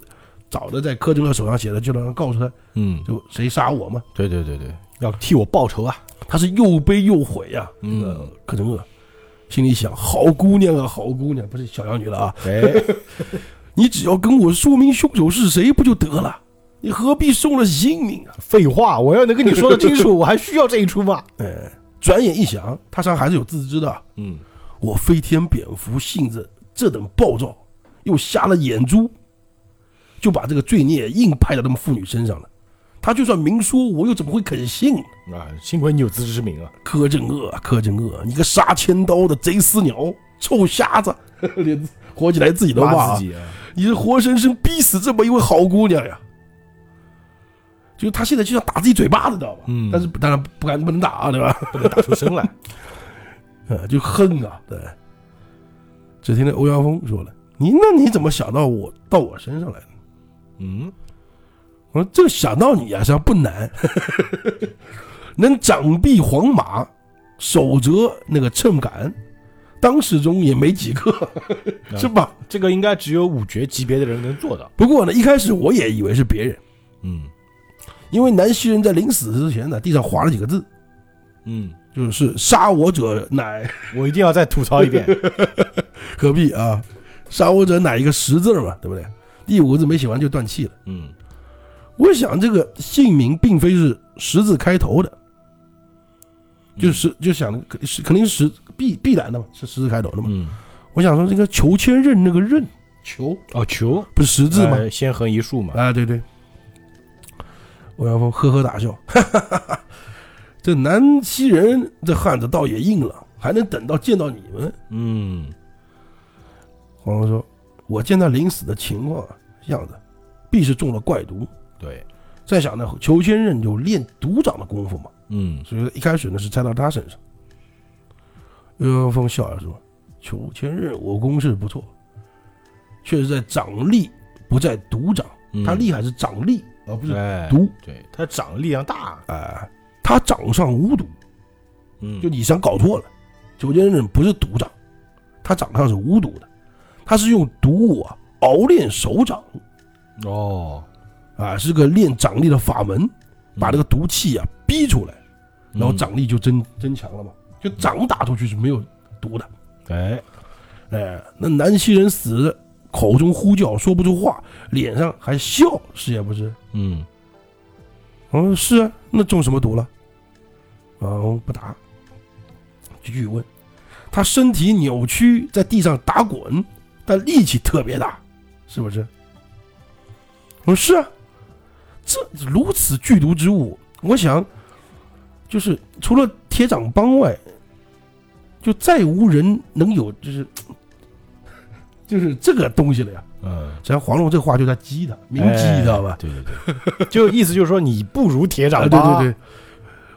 S3: 早的在柯镇恶手上写的，就让他告诉他，
S1: 嗯，
S3: 就谁杀我嘛。
S1: 对对对对，要替我报仇啊！
S3: 他是又悲又悔呀、这
S1: 嗯
S3: 个柯镇恶心里想：好姑娘啊，好姑娘，不是小妖女了啊！
S1: 哎，
S3: 你只要跟我说明凶手是谁不就得了？你何必送了性命啊？
S1: 废话，我要能跟你说的清楚，我还需要这一出吗？
S3: 哎，转眼一想，他上还是有自知的啊。
S1: 嗯，
S3: 我飞天蝙蝠性子这等暴躁，又瞎了眼珠，就把这个罪孽硬派到他们妇女身上了。他就算明说，我又怎么会肯信呢？
S1: 啊，幸亏你有自知之明啊！
S3: 柯镇恶啊，柯镇恶，你个杀千刀的贼死鸟，臭瞎子，连活起来自己都骂
S1: 骂
S3: 啊
S1: 自己啊！
S3: 你是活生生逼死这么一位好姑娘呀！就是他现在就想打自己嘴巴子，知道吧？
S1: 嗯
S3: 但是当然不敢不能打啊，对吧？
S1: 不能打出声来。
S3: 呃，就恨啊，对。只听那欧阳锋说了：“你那你怎么想到我到我身上来的
S1: 嗯，？”
S3: 我说：“这个想到你啊，实际上不难， 能掌臂黄马，手折那个秤杆，当时中也没几个，是吧？
S1: 这个应该只有五绝级别的人能做到。
S3: 不过呢，一开始我也以为是别人，
S1: 嗯
S3: 因为南希人在临死之前呢，地上划了几个字，
S1: 嗯，
S3: 就是‘杀我者乃’。”
S1: 我一定要再吐槽一遍。
S3: 何必啊？杀我者哪一个十字儿嘛，对不对？第五个字没写完就断气了。
S1: 嗯
S3: 我想这个姓名并非是十字开头的，就是就想肯定是肯定是十必必然的嘛，是十字开头的嘛。
S1: 嗯，
S3: 我想说这个求签刃那个刃求
S1: 哦，球
S3: 不是十字吗？
S1: 呃先横一竖嘛。
S3: 啊，对对。欧阳锋呵呵大笑， 哈哈哈哈这南溪人这汉子倒也硬了，还能等到见到你们？
S1: 嗯
S3: 黄蓉说：“我见他临死的情况啊样子，必是中了怪毒。
S1: 对，
S3: 再想呢，裘千仞有练毒掌的功夫嘛，
S1: 嗯
S3: 所以一开始呢是猜到他身上。”欧阳锋笑着说：“裘千仞武功是不错，却是在掌力，不在毒掌。
S1: 嗯
S3: 他厉害是掌力，
S1: 哦
S3: 而不是
S1: 害
S3: 毒。
S1: 哎对他长得力量大。
S3: 啊、他掌上无毒，
S1: 嗯
S3: 就你想搞错了，裘千仞不是毒掌，他掌上是无毒的，他是用毒物啊熬炼手掌。”
S1: 哦，
S3: 啊，是个练掌力的法门，把这个毒气啊逼出来，
S1: 嗯
S3: 然后掌力就增增强了嘛，就掌打出去是没有毒的。
S1: 哎，
S3: 哎，那南溪人死，口中呼叫说不出话，脸上还笑，是也不是？
S1: 嗯
S3: 嗯，是啊，那中什么毒了？嗯，不答。继续问，他身体扭曲，在地上打滚，但力气特别大，是不是？我说是啊，这如此剧毒之物，我想，就是除了铁掌帮外，就再无人能有，就是，就是这个东西了呀。
S1: 嗯，
S3: 咱黄蓉这话就在激他，明激，
S1: 哎
S3: 你知道吧？
S1: 对对对， 就意思就是说你不如铁
S3: 啊，
S1: 掌
S3: 对
S1: 帮。
S3: 对对，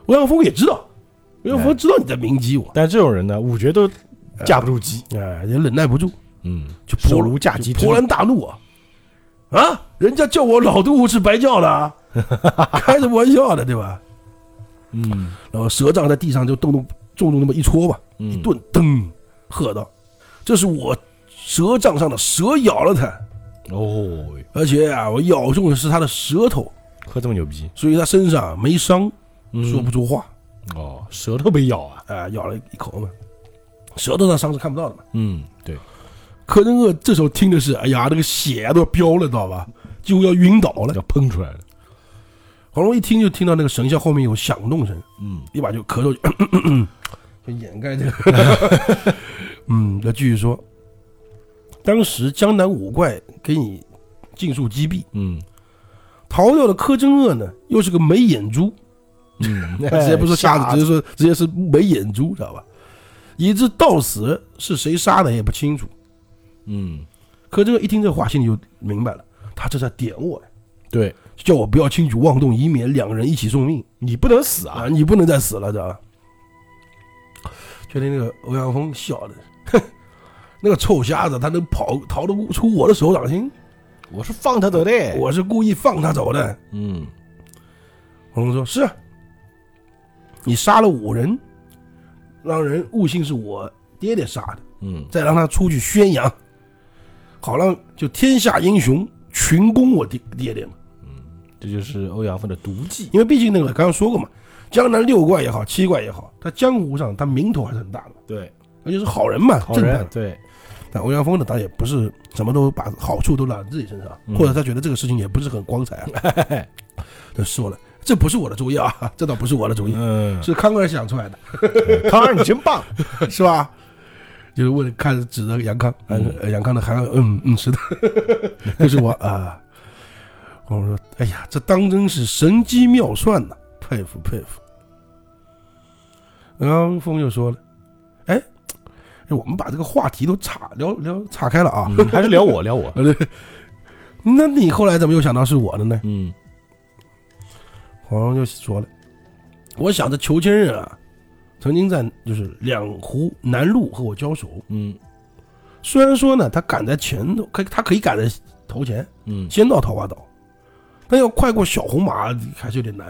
S3: 欧阳锋也知道，欧阳
S1: 哎
S3: 锋知道你在明击我，
S1: 但这种人呢，五绝都架不住鸡。
S3: 哎，也忍耐不住，
S1: 嗯，
S3: 就
S1: 手
S3: 泼
S1: 如架鸡之
S3: 勃然大怒啊！啊，人家叫我老杜是白叫的 啊，开什么玩笑的，对吧？
S1: 嗯
S3: 然后蛇杖在地上就动动重重那么一戳吧，
S1: 嗯，
S3: 一顿噔，喝道：“这是我蛇杖上的蛇咬了他，
S1: 哦，
S3: 而且啊，我咬中的是他的舌头，
S1: 喝这么牛逼，
S3: 所以他身上没伤，
S1: 嗯
S3: 说不出话
S1: 哦，舌头被咬啊。
S3: 啊，咬了一口嘛，舌头上伤是看不到的嘛。”
S1: 嗯，对，
S3: 柯镇恶这时候听的是，哎呀，这个血啊都要飙了，知道吧？几乎要晕倒了。
S1: 要喷出来了。
S3: 黄蓉一听就听到那个神像后面有响动声，
S1: 嗯
S3: 立马就咳嗯嗽，咳咳咳就掩盖这个。 嗯，那继续说，当时江南五怪给你尽数击毙，
S1: 嗯
S3: 逃掉的柯镇恶呢，又是个没眼珠，
S1: 嗯，
S3: 直接不说瞎子，
S1: 接
S3: 直接说直接是没眼珠，知道吧？以致到死是谁杀的也不清楚。
S1: 嗯，
S3: 柯镇恶一听这话，心里就明白了，他这在点我呀。
S1: 对
S3: 叫我不要轻举妄动，以免两人一起送命
S1: 你不能死啊
S3: 啊！。你不能再死了，知道吧？就听那个欧阳锋笑的，哼，那个臭瞎子他能跑逃得出我的手掌心？
S1: 我是放他走的。
S3: 我是故意放他走的。
S1: 嗯
S3: 黄蓉说：“是啊，你杀了五人，让人误信是我爹爹杀的，
S1: 嗯
S3: 再让他出去宣扬，好让就天下英雄群攻我爹爹爹嘛。”
S1: 这就是欧阳锋的毒计。
S3: 因为毕竟那个刚刚说过嘛，江南六怪也好，七怪也好，他江湖上他名头还是很大的，
S1: 对，
S3: 而且是好人嘛，
S1: 好
S3: 正
S1: 人
S3: 派。
S1: 对，
S3: 但欧阳锋呢，他也不是什么都把好处都揽自己身上，
S1: 嗯
S3: 或者他觉得这个事情也不是很光彩啊， 就说了，这不是我的主意啊，这倒不是我的主意，
S1: 嗯，
S3: 是康儿想出来的，
S1: 康二你真棒。
S3: 是吧？就是问看指着杨康，呃
S1: 嗯
S3: 呃杨康的喊嗯嗯是的， 就是我啊。我说，哎呀，这当真是神机妙算呐、佩服佩服。然后峰又说了，哎，哎我们把这个话题都岔聊聊岔开了啊。
S1: 嗯还是聊我聊我。
S3: 那你后来怎么又想到是我的呢？
S1: 嗯
S3: 黄蓉就说了：“我想着裘千仞啊，曾经在就是两湖南路和我交手，
S1: 嗯
S3: 虽然说呢，他赶在前头，可他可以赶在头前，
S1: 嗯
S3: 先到桃花岛，但要快过小红马还是有点难。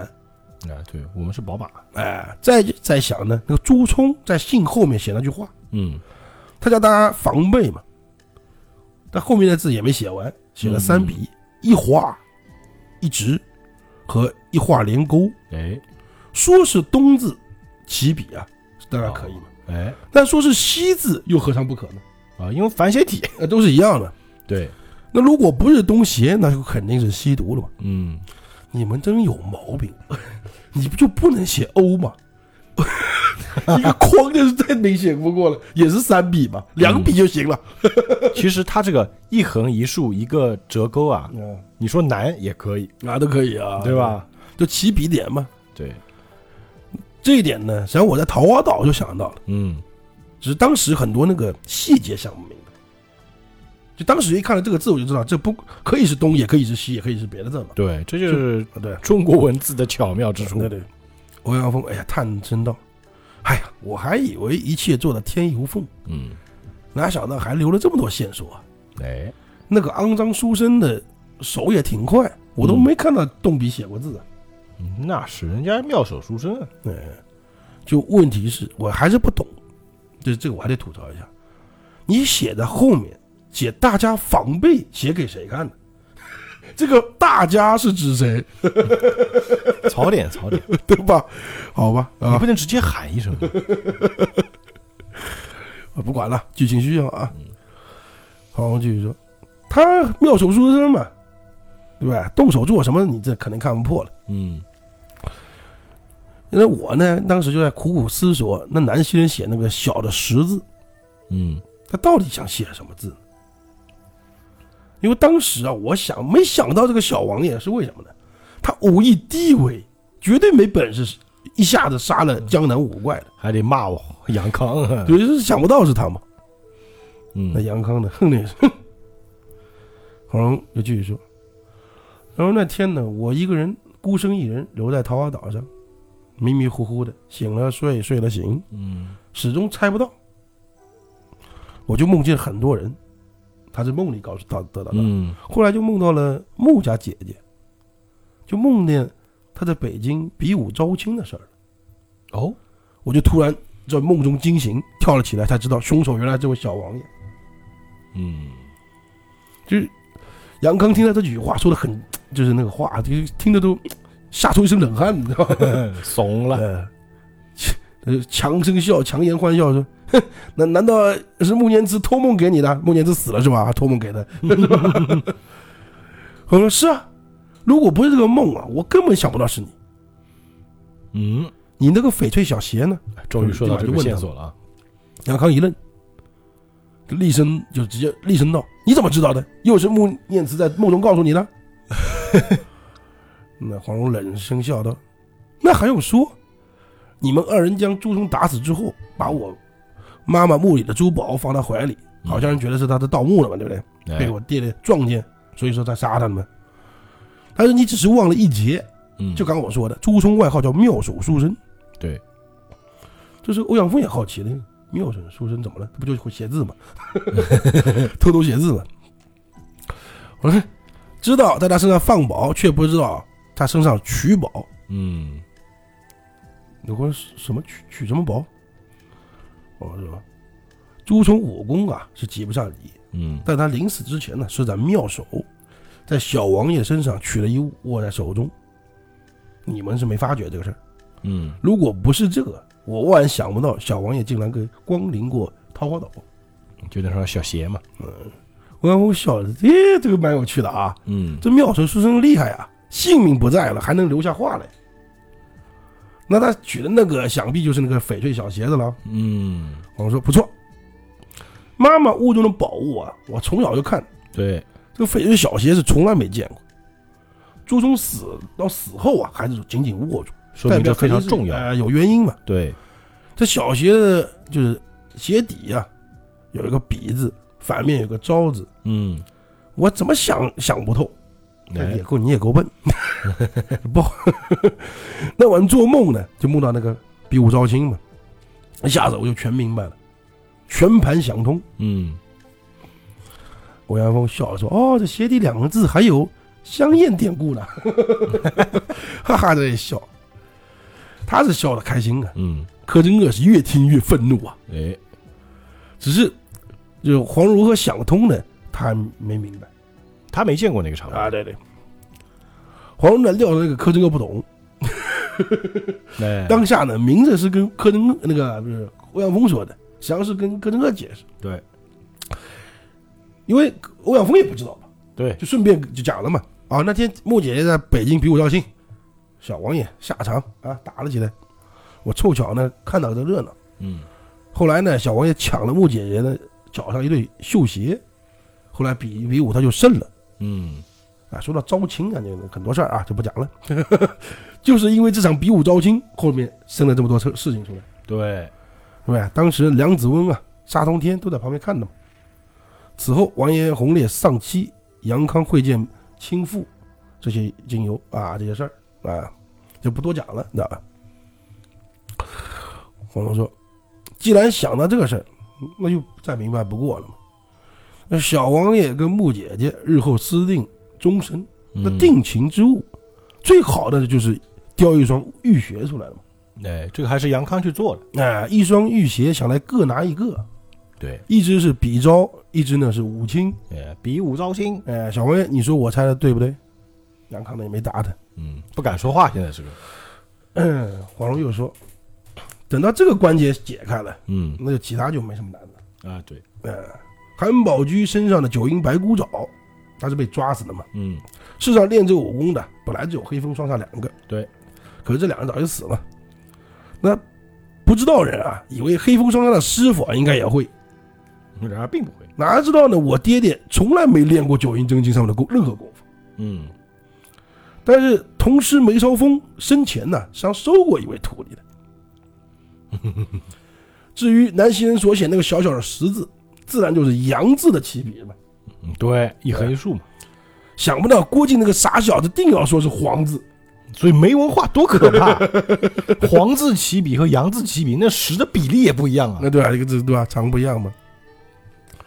S1: 啊，对我们是宝马，
S3: 哎，再再想呢，那个朱冲在信后面写那句话，
S1: 嗯
S3: 他叫大家防备嘛，但后面的字也没写完，写了三笔，一划一直和一画连钩，
S1: 哎
S3: 说是东字起笔啊，当然可以嘛，
S1: 哎
S3: 但说是西字又何尝不可呢？
S1: 啊，因为繁写体，
S3: 那都是一样的。
S1: 对，
S3: 那如果不是东邪，那就肯定是西毒了吧？
S1: 嗯
S3: 你们真有毛病， 你不就不能写欧吗？ 一个框就是再明显不过了，也是三笔嘛，
S1: 嗯
S3: 两笔就行了。
S1: 其实它这个一横一竖一个折钩啊，
S3: 嗯，
S1: 你说难也可以，
S3: 啊，都可以啊，
S1: 对？吧？
S3: 就起笔点嘛。
S1: 对，
S3: 这一点呢，实际上我在桃花岛就想到了，
S1: 嗯
S3: 只是当时很多那个细节想不明白。就当时一看到这个字，我就知道这不可以是东，也可以是西，也可以是别的字嘛。
S1: 对，这就是
S3: 啊，对，
S1: 中国文字的巧妙之处
S3: 对。对，欧阳锋，哎呀，叹声道：“哎呀，我还以为一切做的天衣无缝，
S1: 嗯，
S3: 哪想到还留了这么多线索、啊。
S1: 哎，
S3: 那个肮脏书生的手也挺快，我都
S1: 嗯
S3: 没看到动笔写过字、啊。
S1: 那是人家妙手书生啊。
S3: 哎，就问题是我还是不懂，这这个我还得吐槽一下。你写在后面，写大家防备，写给谁看的？ 这个大家是指谁，
S1: 槽点，槽点，
S3: 对吧？好吧，啊
S1: 你，不能直接喊一声吗。
S3: 我不管了，剧情需要啊。黄蓉继续说，他妙手书生嘛，对吧？动手做什么，你这肯定看不破了。
S1: 嗯
S3: 因为我呢，当时就在苦苦思索，那南希人写那个小的十字，
S1: 嗯
S3: 他到底想写什么字呢？因为当时啊，我想没想到这个小王爷是为什么呢？他武艺低微，绝对没本事，一下子杀了江南五怪的，
S1: 还得骂我杨康啊。
S3: 对，就是想不到是他嘛。那
S1: 嗯
S3: 杨康呢，哼了一声，黄蓉又继续说：“然后那天呢，我一个人孤身一人留在桃花岛上，迷迷糊糊的，醒了睡，睡了醒，
S1: 嗯
S3: 始终猜不到。我就梦见很多人，他是梦里告诉到得到的。
S1: 嗯
S3: 后来就梦到了穆家姐姐，就梦见她在北京比武招亲的事儿了。
S1: 哦，
S3: 我就突然在梦中惊醒，跳了起来，才知道凶手原来这位小王爷。
S1: 嗯
S3: 就是杨康听到这句话说的很，就是那个话，就是听得都吓出一身冷汗，你知道吗？
S1: 嗯 怂了。
S3: 呃，呃强声笑，强颜欢笑说：“哼，难难道是穆念慈托梦给你的？穆念慈死了是吧？啊托梦给的。” 我说：“是啊，如果不是这个梦啊，我根本想不到是你。
S1: 嗯，
S3: 你那个翡翠小鞋呢
S1: 终于说到这个线索了啊。？”
S3: 杨康一愣，厉声就直接厉声道：“你怎么知道的？又是穆念慈在梦中告诉你的？” 那黄蓉冷声笑道：“那还用说？你们二人将朱冲打死之后，把我妈妈墓里的珠宝放他怀里，
S1: 嗯
S3: 好像人觉得是他的盗墓了嘛，对不对？
S1: 哎
S3: 被我爹爹撞见，所以说才杀他们。他说你只是忘了一节，
S1: 嗯
S3: 就刚刚我说的，朱冲外号叫妙手书生。
S1: 对，
S3: 这时候欧阳锋也好奇了，妙手书生怎么了？他不就会写字吗？ 偷偷写字嘛。我说知道在他身上放宝，却不知道他身上取宝。
S1: 嗯
S3: 你说什么取取什么宝？我说，朱冲武功啊是及不上你，
S1: 嗯
S3: 但他临死之前呢施展妙手，在小王爷身上取了一物握在手中。你们是没发觉这个事儿，
S1: 嗯
S3: 如果不是这个，我万想不到小王爷竟然跟光临过桃花岛。
S1: 嗯就那双小鞋嘛。
S3: 欧阳锋笑着，诶，这个蛮有趣的啊，
S1: 嗯
S3: 这妙手书生厉害啊，性命不在了还能留下话来。那他取的那个想必就是那个翡翠小鞋子了。
S1: 嗯，
S3: 我说不错，妈妈屋中的宝物啊，我从小就看，
S1: 对，
S3: 这个翡翠小鞋是从来没见过。朱冲死到死后啊，还是紧紧握住，
S1: 说明
S3: 代表
S1: 这非常
S3: 肯定是
S1: 重要。
S3: 呃，有原因嘛。
S1: 对，
S3: 这小鞋的就是鞋底啊，有一个鼻子，反面有个招字，
S1: 嗯
S3: 我怎么想想不透，
S1: 哎
S3: 那也够你也够笨， 不 好。那晚做梦呢，就梦到那个比武招亲嘛，一下子我就全明白了，全盘想通。
S1: 嗯，
S3: 欧阳锋笑着说：“哦，这‘邪帝’两个字还有香艳典故呢。” 哈哈，这一笑，他是笑的开心啊。
S1: 嗯，
S3: 柯镇恶是越听越愤怒啊，
S1: 哎，
S3: 只是就黄如何想通呢，他还没明白
S1: 他没见过那个场景，
S3: 啊对对，黄如呢料到那个柯镇恶不懂，
S1: 哎，
S3: 当下呢明着是跟柯镇恶那个不是欧阳锋说的，实际上是跟柯镇恶解释，
S1: 对
S3: 因为欧阳锋也不知道嘛，
S1: 对，
S3: 就顺便就讲了嘛。啊，那天木姐姐在北京比武招亲，小王爷下场啊打了起来，我凑巧呢看到这热闹。
S1: 嗯
S3: 后来呢，小王爷抢了穆姐姐的脚上一对绣鞋，后来比一比武他就胜了
S1: 嗯
S3: 啊。说到招亲啊，这个很多事儿啊就不讲了， 就是因为这场比武招亲，后面生了这么多事事情出来，
S1: 对，
S3: 是吧？当时梁子温啊、沙通天都在旁边看着嘛。此后，完颜洪烈丧妻，杨康会见亲父，这些经由啊这些事儿啊，就不多讲了，你知道吧？黄龙说：“既然想到这个事儿，那就再明白不过了嘛。那小王爷跟穆姐姐日后私定终身，那
S1: 嗯，
S3: 定情之物，最好的就是雕一双玉鞋出来了嘛。
S1: 哎，这个还是杨康去做的，
S3: 哎、一双玉鞋想来各拿一个，
S1: 对，
S3: 一只是比招，一只呢是武清。
S1: 哎，比武招亲，
S3: 哎，小王爷，你说我猜的对不对？杨康呢也没答他。
S1: 嗯，不敢说话，现在是个，
S3: 嗯黄蓉又说，等到这个关节解开了，
S1: 嗯
S3: 那就其他就没什么难了。
S1: 啊，对，
S3: 哎，韩宝驹身上的九阴白骨爪，他是被抓死的嘛？
S1: 嗯
S3: 世上练这个武功的本来只有黑风双煞两个，
S1: 对，
S3: 可是这两个早就死了。那不知道人啊，以为黑风双煞的师傅啊应该也会，
S1: 然而并不会，
S3: 哪知道呢？我爹爹从来没练过九阴真经上面的功任何功夫。
S1: 嗯，
S3: 但是同师梅超风生前呢，实际上收过一位徒弟的。至于南溪人所写那个小小的“十”字，自然就是杨字的起笔嘛。
S1: 嗯对，一横一竖嘛，
S3: 想不到郭靖那个傻小子，定要说是黄字，
S1: 所以没文化多可怕，黄字起笔和杨字起笔，那十的比例也不一样啊
S3: 那，对吧、这个字对吧？长不一样嘛。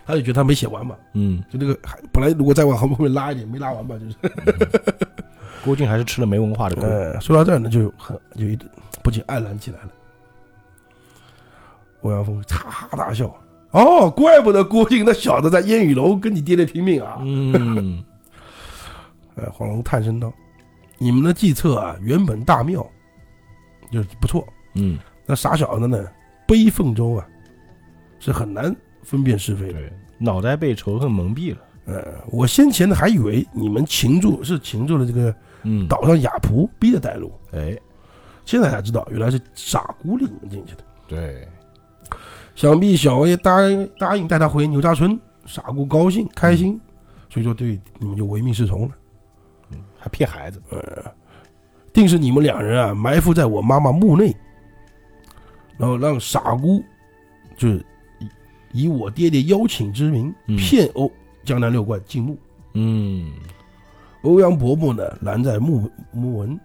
S3: 他就觉得他没写完嘛，
S1: 嗯，
S3: 就那个还本来如果再往后面拉一点，没拉完嘛， 就是。
S1: 郭靖还是吃了没文化的苦，
S3: 呃，说到这儿呢，就很就一不禁黯然起来了。欧阳锋哈哈大笑，哦，怪不得郭靖那小子在烟雨楼跟你爹爹拼命啊！
S1: 嗯，
S3: 呃，黄蓉叹声道：“你们的计策啊，原本大妙，就是不错。
S1: 嗯，
S3: 那傻小子呢，悲愤州啊，是很难分辨是非的。
S1: 对，脑袋被仇恨蒙蔽了，
S3: 呃，我先前呢还以为你们擒住是擒住了这个
S1: 嗯，
S3: 岛上雅仆，逼着带路，
S1: 哎，
S3: 现在才知道原来是傻姑领你们进去的。”
S1: 对，
S3: 想必小王爷答应答应带他回牛家村，傻姑高兴开心，所以说对你们就唯命是从了。
S1: 还骗孩子，
S3: 定是你们两人啊埋伏在我妈妈墓内，然后让傻姑就是以以我爹爹邀请之名
S1: 嗯
S3: 骗欧江南六怪进墓。
S1: 嗯，
S3: 欧阳伯伯呢拦在墓墓门，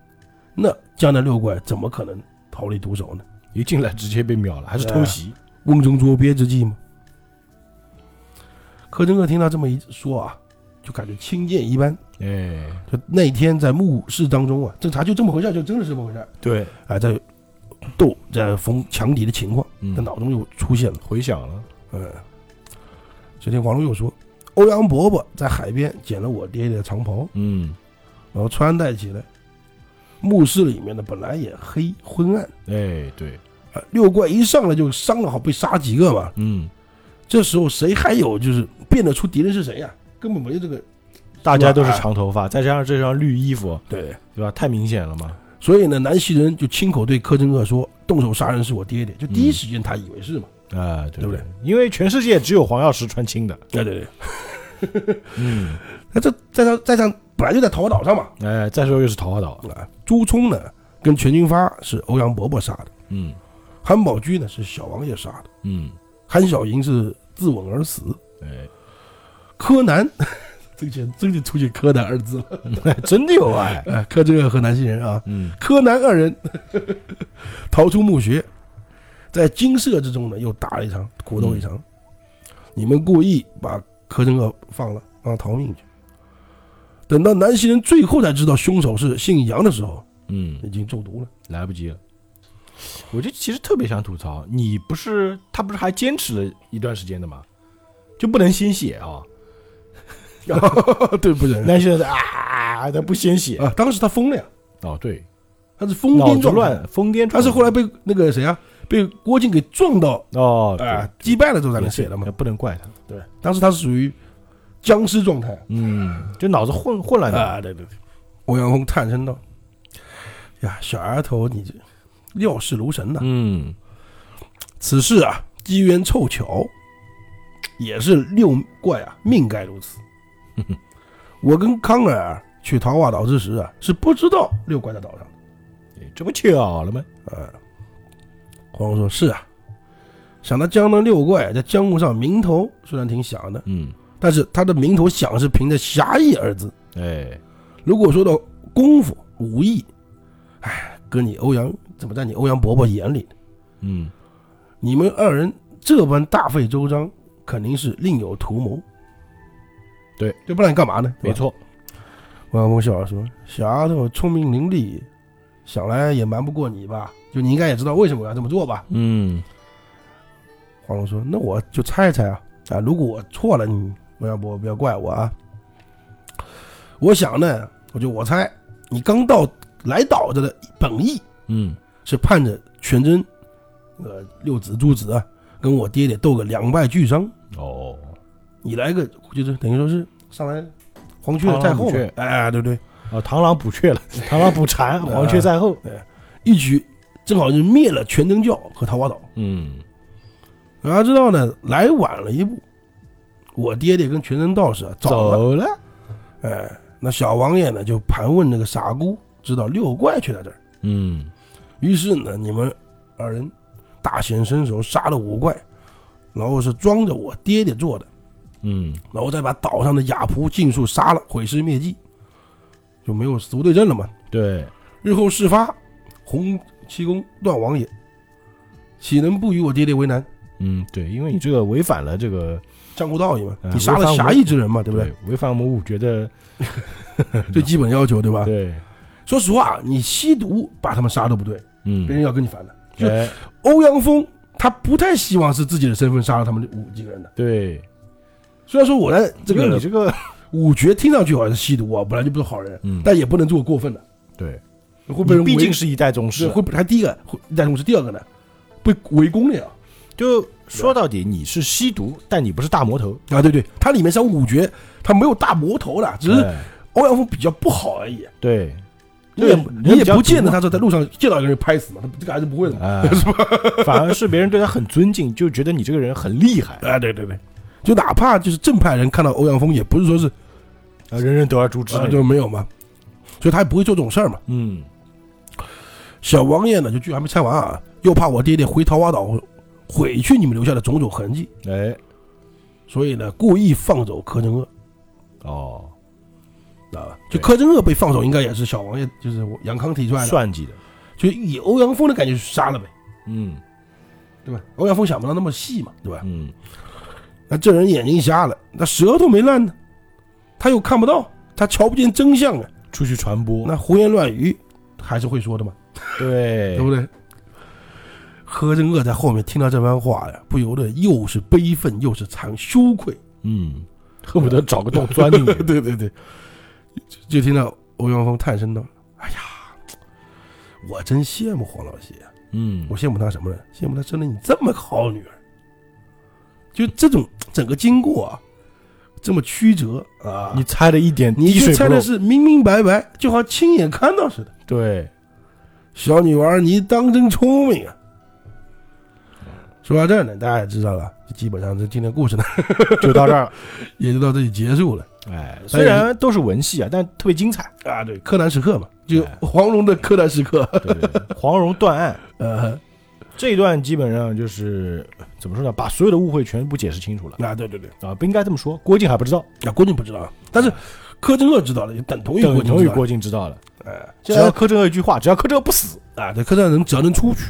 S3: 那江南六怪怎么可能逃离毒手呢？
S1: 一进来直接被秒了，还是偷袭，
S3: 瓮中捉鳖之计吗？柯镇恶听到这么一说啊，就感觉轻剑一般。
S1: 哎，
S3: 就那天在墓室当中啊，这他就这么回事儿，就真的是这么回事儿
S1: 对，
S3: 啊，在斗在逢强敌的情况，在
S1: 嗯，
S3: 脑中又出现了。
S1: 回想了，
S3: 嗯，只听黄蓉又说，欧阳伯伯在海边捡了我爹爹的长袍，
S1: 嗯，
S3: 然后穿戴起来。墓室里面呢，本来也黑昏暗
S1: 哎，对，
S3: 啊，六怪一上来就伤了好，被杀几个嘛。
S1: 嗯，
S3: 这时候谁还有就是辨得出敌人是谁呀、根本没有这个
S1: 大家都是哎长头发，再加上这双绿衣服，
S3: 对。
S1: 对吧？太明显了嘛，
S3: 所以呢，南溪人就亲口对柯镇恶说：“动手杀人是我爹爹。”就第一时间他以为是嘛。
S1: 啊，对
S3: 对不对？
S1: 因为全世界只有黄药师穿青的，
S3: 对对对，
S1: 嗯，
S3: 那这在他在上本来就在桃花岛上嘛。
S1: 哎，再说又是桃花岛，
S3: 啊，朱冲呢跟全军发是欧阳伯伯杀的，
S1: 嗯
S3: 韩宝驹呢是小王爷杀的，
S1: 嗯，
S3: 韩小莹是自刎而死，
S1: 哎，
S3: 柯南 这个人真就出现柯南二字了。
S1: 真的有哎，
S3: 哎，柯镇恶和南星人啊，
S1: 嗯
S3: 柯南二人 逃出墓穴，在惊慑之中呢，又打了一场苦斗一
S1: 嗯
S3: 场。你们故意把柯镇恶放了，让他逃命去。等到南星人最后才知道凶手是姓杨的时候，
S1: 嗯，
S3: 已经中毒了。
S1: 来不及了。我就其实特别想吐槽，你不是他不是还坚持了一段时间的吗？就不能鲜血啊！
S3: 对，不能
S1: 那现在啊，他不鲜血
S3: 啊，当时他疯了呀，
S1: 哦，对，
S3: 他是疯
S1: 脑
S3: 癫
S1: 子
S3: 状态，
S1: 乱，疯癫状态。
S3: 他是后来被那个谁啊，被郭靖给撞到
S1: 哦，对
S3: 啊击败了之后才能
S1: 也
S3: 写
S1: 是
S3: 的嘛。
S1: 不能怪他。
S3: 对，当时他是属于僵尸状态
S1: 嗯，就脑子混混乱的。
S3: 啊，对对对。欧阳锋叹声道：“呀，小丫头，你这料事如神呐、
S1: 嗯
S3: 此事啊，机缘凑巧，也是六怪啊，命该如此。我跟康尔啊去桃花岛之时啊，是不知道六怪在岛上的。
S1: 哎这不巧了吗？
S3: 黄蓉说：“是啊，想到江南六怪在江湖上名头虽然挺响的，
S1: 嗯，
S3: 但是他的名头响是凭着侠义二字。
S1: 哎，
S3: 如果说到功夫武艺，哎，搁你欧阳怎么在你欧阳伯伯眼里呢？
S1: 嗯
S3: 你们二人这般大费周章，肯定是另有图谋。
S1: 对，
S3: 要不然你干嘛呢？
S1: 没
S3: 对吧。
S1: 错，
S3: 王小峰笑着说：“小丫头聪明伶俐，想来也瞒不过你吧？就你应该也知道为什么我要这么做吧
S1: 嗯，？”
S3: 黄蓉说：“那我就猜一猜啊啊！如果我错了，你不要不不要怪我啊！我想呢，我就我猜，你刚到来岛子的本意
S1: 嗯
S3: 是盼着全真，呃，六子诸子啊，跟我爹爹斗个两败俱伤。
S1: 哦，
S3: 你来个就是等于说是上来黄雀在后
S1: 螳螂捕
S3: 嘛
S1: 雀，
S3: 哎，对不对？
S1: 啊，螳螂捕雀了，螳螂捕 蝉，黄雀在后。
S3: 一举正好就灭了全真教和桃花岛。
S1: 嗯
S3: 大家知道呢，来晚了一步，我爹爹跟全真道士啊早了。
S1: 走了。
S3: 哎，那小王爷呢就盘问那个傻姑，知道六怪却在这儿。
S1: 嗯
S3: 于是呢，你们二人大显身手，杀了五怪，然后是装着我爹爹做的。
S1: 嗯
S3: 然后再把岛上的雅仆尽数杀了，毁尸灭迹，就没有死无对证了嘛。
S1: 对，
S3: 日后事发，洪七公段王爷，岂能不与我爹爹为难？
S1: 嗯对，因为你这个违反了这个，
S3: 江湖道义嘛，
S1: 嗯
S3: 你杀了侠义之人嘛，对不对？？
S1: 违反我们五绝的，
S3: 最基本要求，对吧？
S1: 对，
S3: 说实话，你吸毒把他们杀都不对，别
S1: 嗯，
S3: 人要跟你反的。就
S1: 哎，
S3: 欧阳锋他不太希望是自己的身份杀了他们五几个人的。
S1: 对，
S3: 虽然说我在 这
S1: 因为你
S3: 个
S1: 这个，
S3: 五绝听上去好像是吸毒啊，本来就不是好人，
S1: 嗯，
S3: 但也不能做过分的，
S1: 对，
S3: 会被人
S1: 毕
S3: 围
S1: 竟是一代宗师
S3: 是，会还第一个会，但是我是第二个呢，被围攻了呀！
S1: 就说到底，你是吸毒，但你不是大魔头，
S3: 啊，对对，它里面像五绝，它没有大魔头的，只是
S1: 哎
S3: 欧阳锋比较不好而已。
S1: 对，
S3: 你也
S1: 人
S3: 你也不见得
S1: 人
S3: 他说在路上见到一个人拍死嘛，他这个还是不会的
S1: 比较毒
S3: 嘛。
S1: 啊，反而是别人对他很尊敬，就觉得你这个人很厉害，
S3: 啊，对对对，就哪怕就是正派人看到欧阳锋，也不是说是
S1: 啊，人人得而诛之
S3: 啊
S1: 那
S3: 就
S1: 种，
S3: 没有嘛，所以他也不会做这种事儿嘛。
S1: 嗯
S3: 小王爷呢，就剧还没猜完啊，又怕我爹爹回桃花岛毁去你们留下的种种痕迹，
S1: 哎，
S3: 所以呢，故意放走柯镇恶。
S1: 哦，
S3: 知道吧？就
S1: 对
S3: 柯镇恶被放手，应该也是小王爷，就是我杨康提出来的，
S1: 算计的，
S3: 就以欧阳锋的感觉去杀了呗，
S1: 嗯
S3: 对吧？欧阳锋想不到那么细嘛，对吧？
S1: 嗯
S3: 那这人眼睛瞎了，那舌头没烂呢，他又看不到，他瞧不见真相啊，
S1: 出去传播，
S3: 那胡言乱语还是会说的嘛，
S1: 对
S3: 对不对？柯镇恶在后面听到这番话呀，不由得又是悲愤又是惭羞愧，
S1: 嗯，恨不得找个洞钻进 去。
S3: 对对对，就就听到欧阳锋叹声道：“哎呀，我真羡慕黄老邪。”
S1: 嗯
S3: 我羡慕她什么呢？羡慕她生了你这么好女儿。就这种整个经过啊，这么曲折啊，
S1: 你猜的一点
S3: 你
S1: 滴
S3: 就
S1: 水
S3: 猜
S1: 不
S3: 的
S1: 漏。
S3: 是明明白白，就好像亲眼看到似的。
S1: 对，
S3: 小女娃儿，你当真聪明啊！说到这儿呢，大家也知道了，基本上这今天故事呢
S1: 就到这儿了。
S3: 也就到这里结束了
S1: 哎，虽然都是文戏啊，但特别精彩。
S3: 啊。对， 柯南时刻嘛，就
S1: 哎
S3: 黄蓉的柯南时刻，
S1: 对，黄蓉断案，
S3: 呃，
S1: 这一段基本上就是怎么说呢，把所有的误会全部解释清楚了
S3: 啊，对对对，
S1: 啊，不应该这么说。郭靖还不知道，
S3: 那郭靖不知道，啊但是柯镇恶知道了，就等同于
S1: 等
S3: 郭靖
S1: 同
S3: 知
S1: 于
S3: 道了，
S1: 郭靖知道了。
S3: 哎，
S1: 只
S3: 只
S1: 要
S3: 要
S1: 柯镇恶一句话，只要柯镇恶不死，
S3: 啊，对，柯镇恶能只要能出去，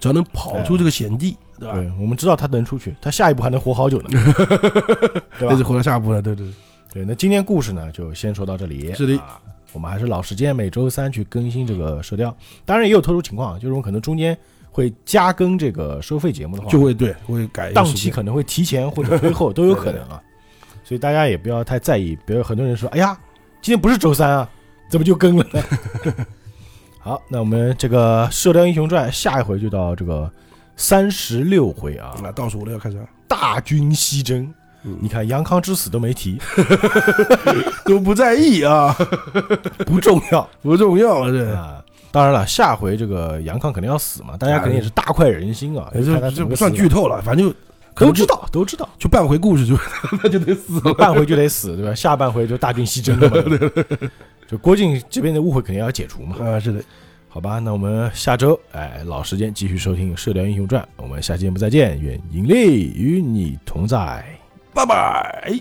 S3: 只要能跑出这个险地，对吧？
S1: 对啊我们知道他能出去，他下一步还能活好 久呢，对
S3: 那就
S1: 吧？
S3: 回到下一步了，对对对，
S1: 对，那今天故事呢，就先说到这里。
S3: 是的
S1: 啊，我们还是老时间，每周三去更新这个社调。当然也有特殊情况，就是我们可能中间会加更这个收费节目的话，
S3: 就会对会改一个
S1: 档
S3: 时
S1: 期
S3: 间
S1: 可能会提前或者推后都有可能啊，所以大家也不要太在意。比如很多人说：“哎呀，今天不是周三啊，怎么就更了 呢？”好，那我们这个《射雕英雄传》下一回就到这个三十六回啊，
S3: 啊，倒数了要开始了，
S1: 大军西征。
S3: 嗯
S1: 你看杨康之死都没提，
S3: 都不在意啊，
S1: 不重要
S3: 不重要啊，这
S1: 啊。当然了，下回这个杨康肯定要死嘛，大家肯定也是大快人心啊，
S3: 哎
S1: 就看他怎
S3: 这这
S1: 么
S3: 不
S1: 个
S3: 算
S1: 死
S3: 剧
S1: 法，
S3: 透了，反正就可
S1: 都
S3: 能
S1: 知
S3: 就
S1: 道，都知道。
S3: 就半回故事就 他就得死了，
S1: 半回就得死，对吧？下半回就大军西征 了嘛。对吧就郭靖这边的误会肯定要解除嘛。
S3: 啊，是的，
S1: 好吧，那我们下周哎老时间继续收听《射雕英雄传》，我们下期节目再见，愿盈利与你同在。
S3: 拜拜。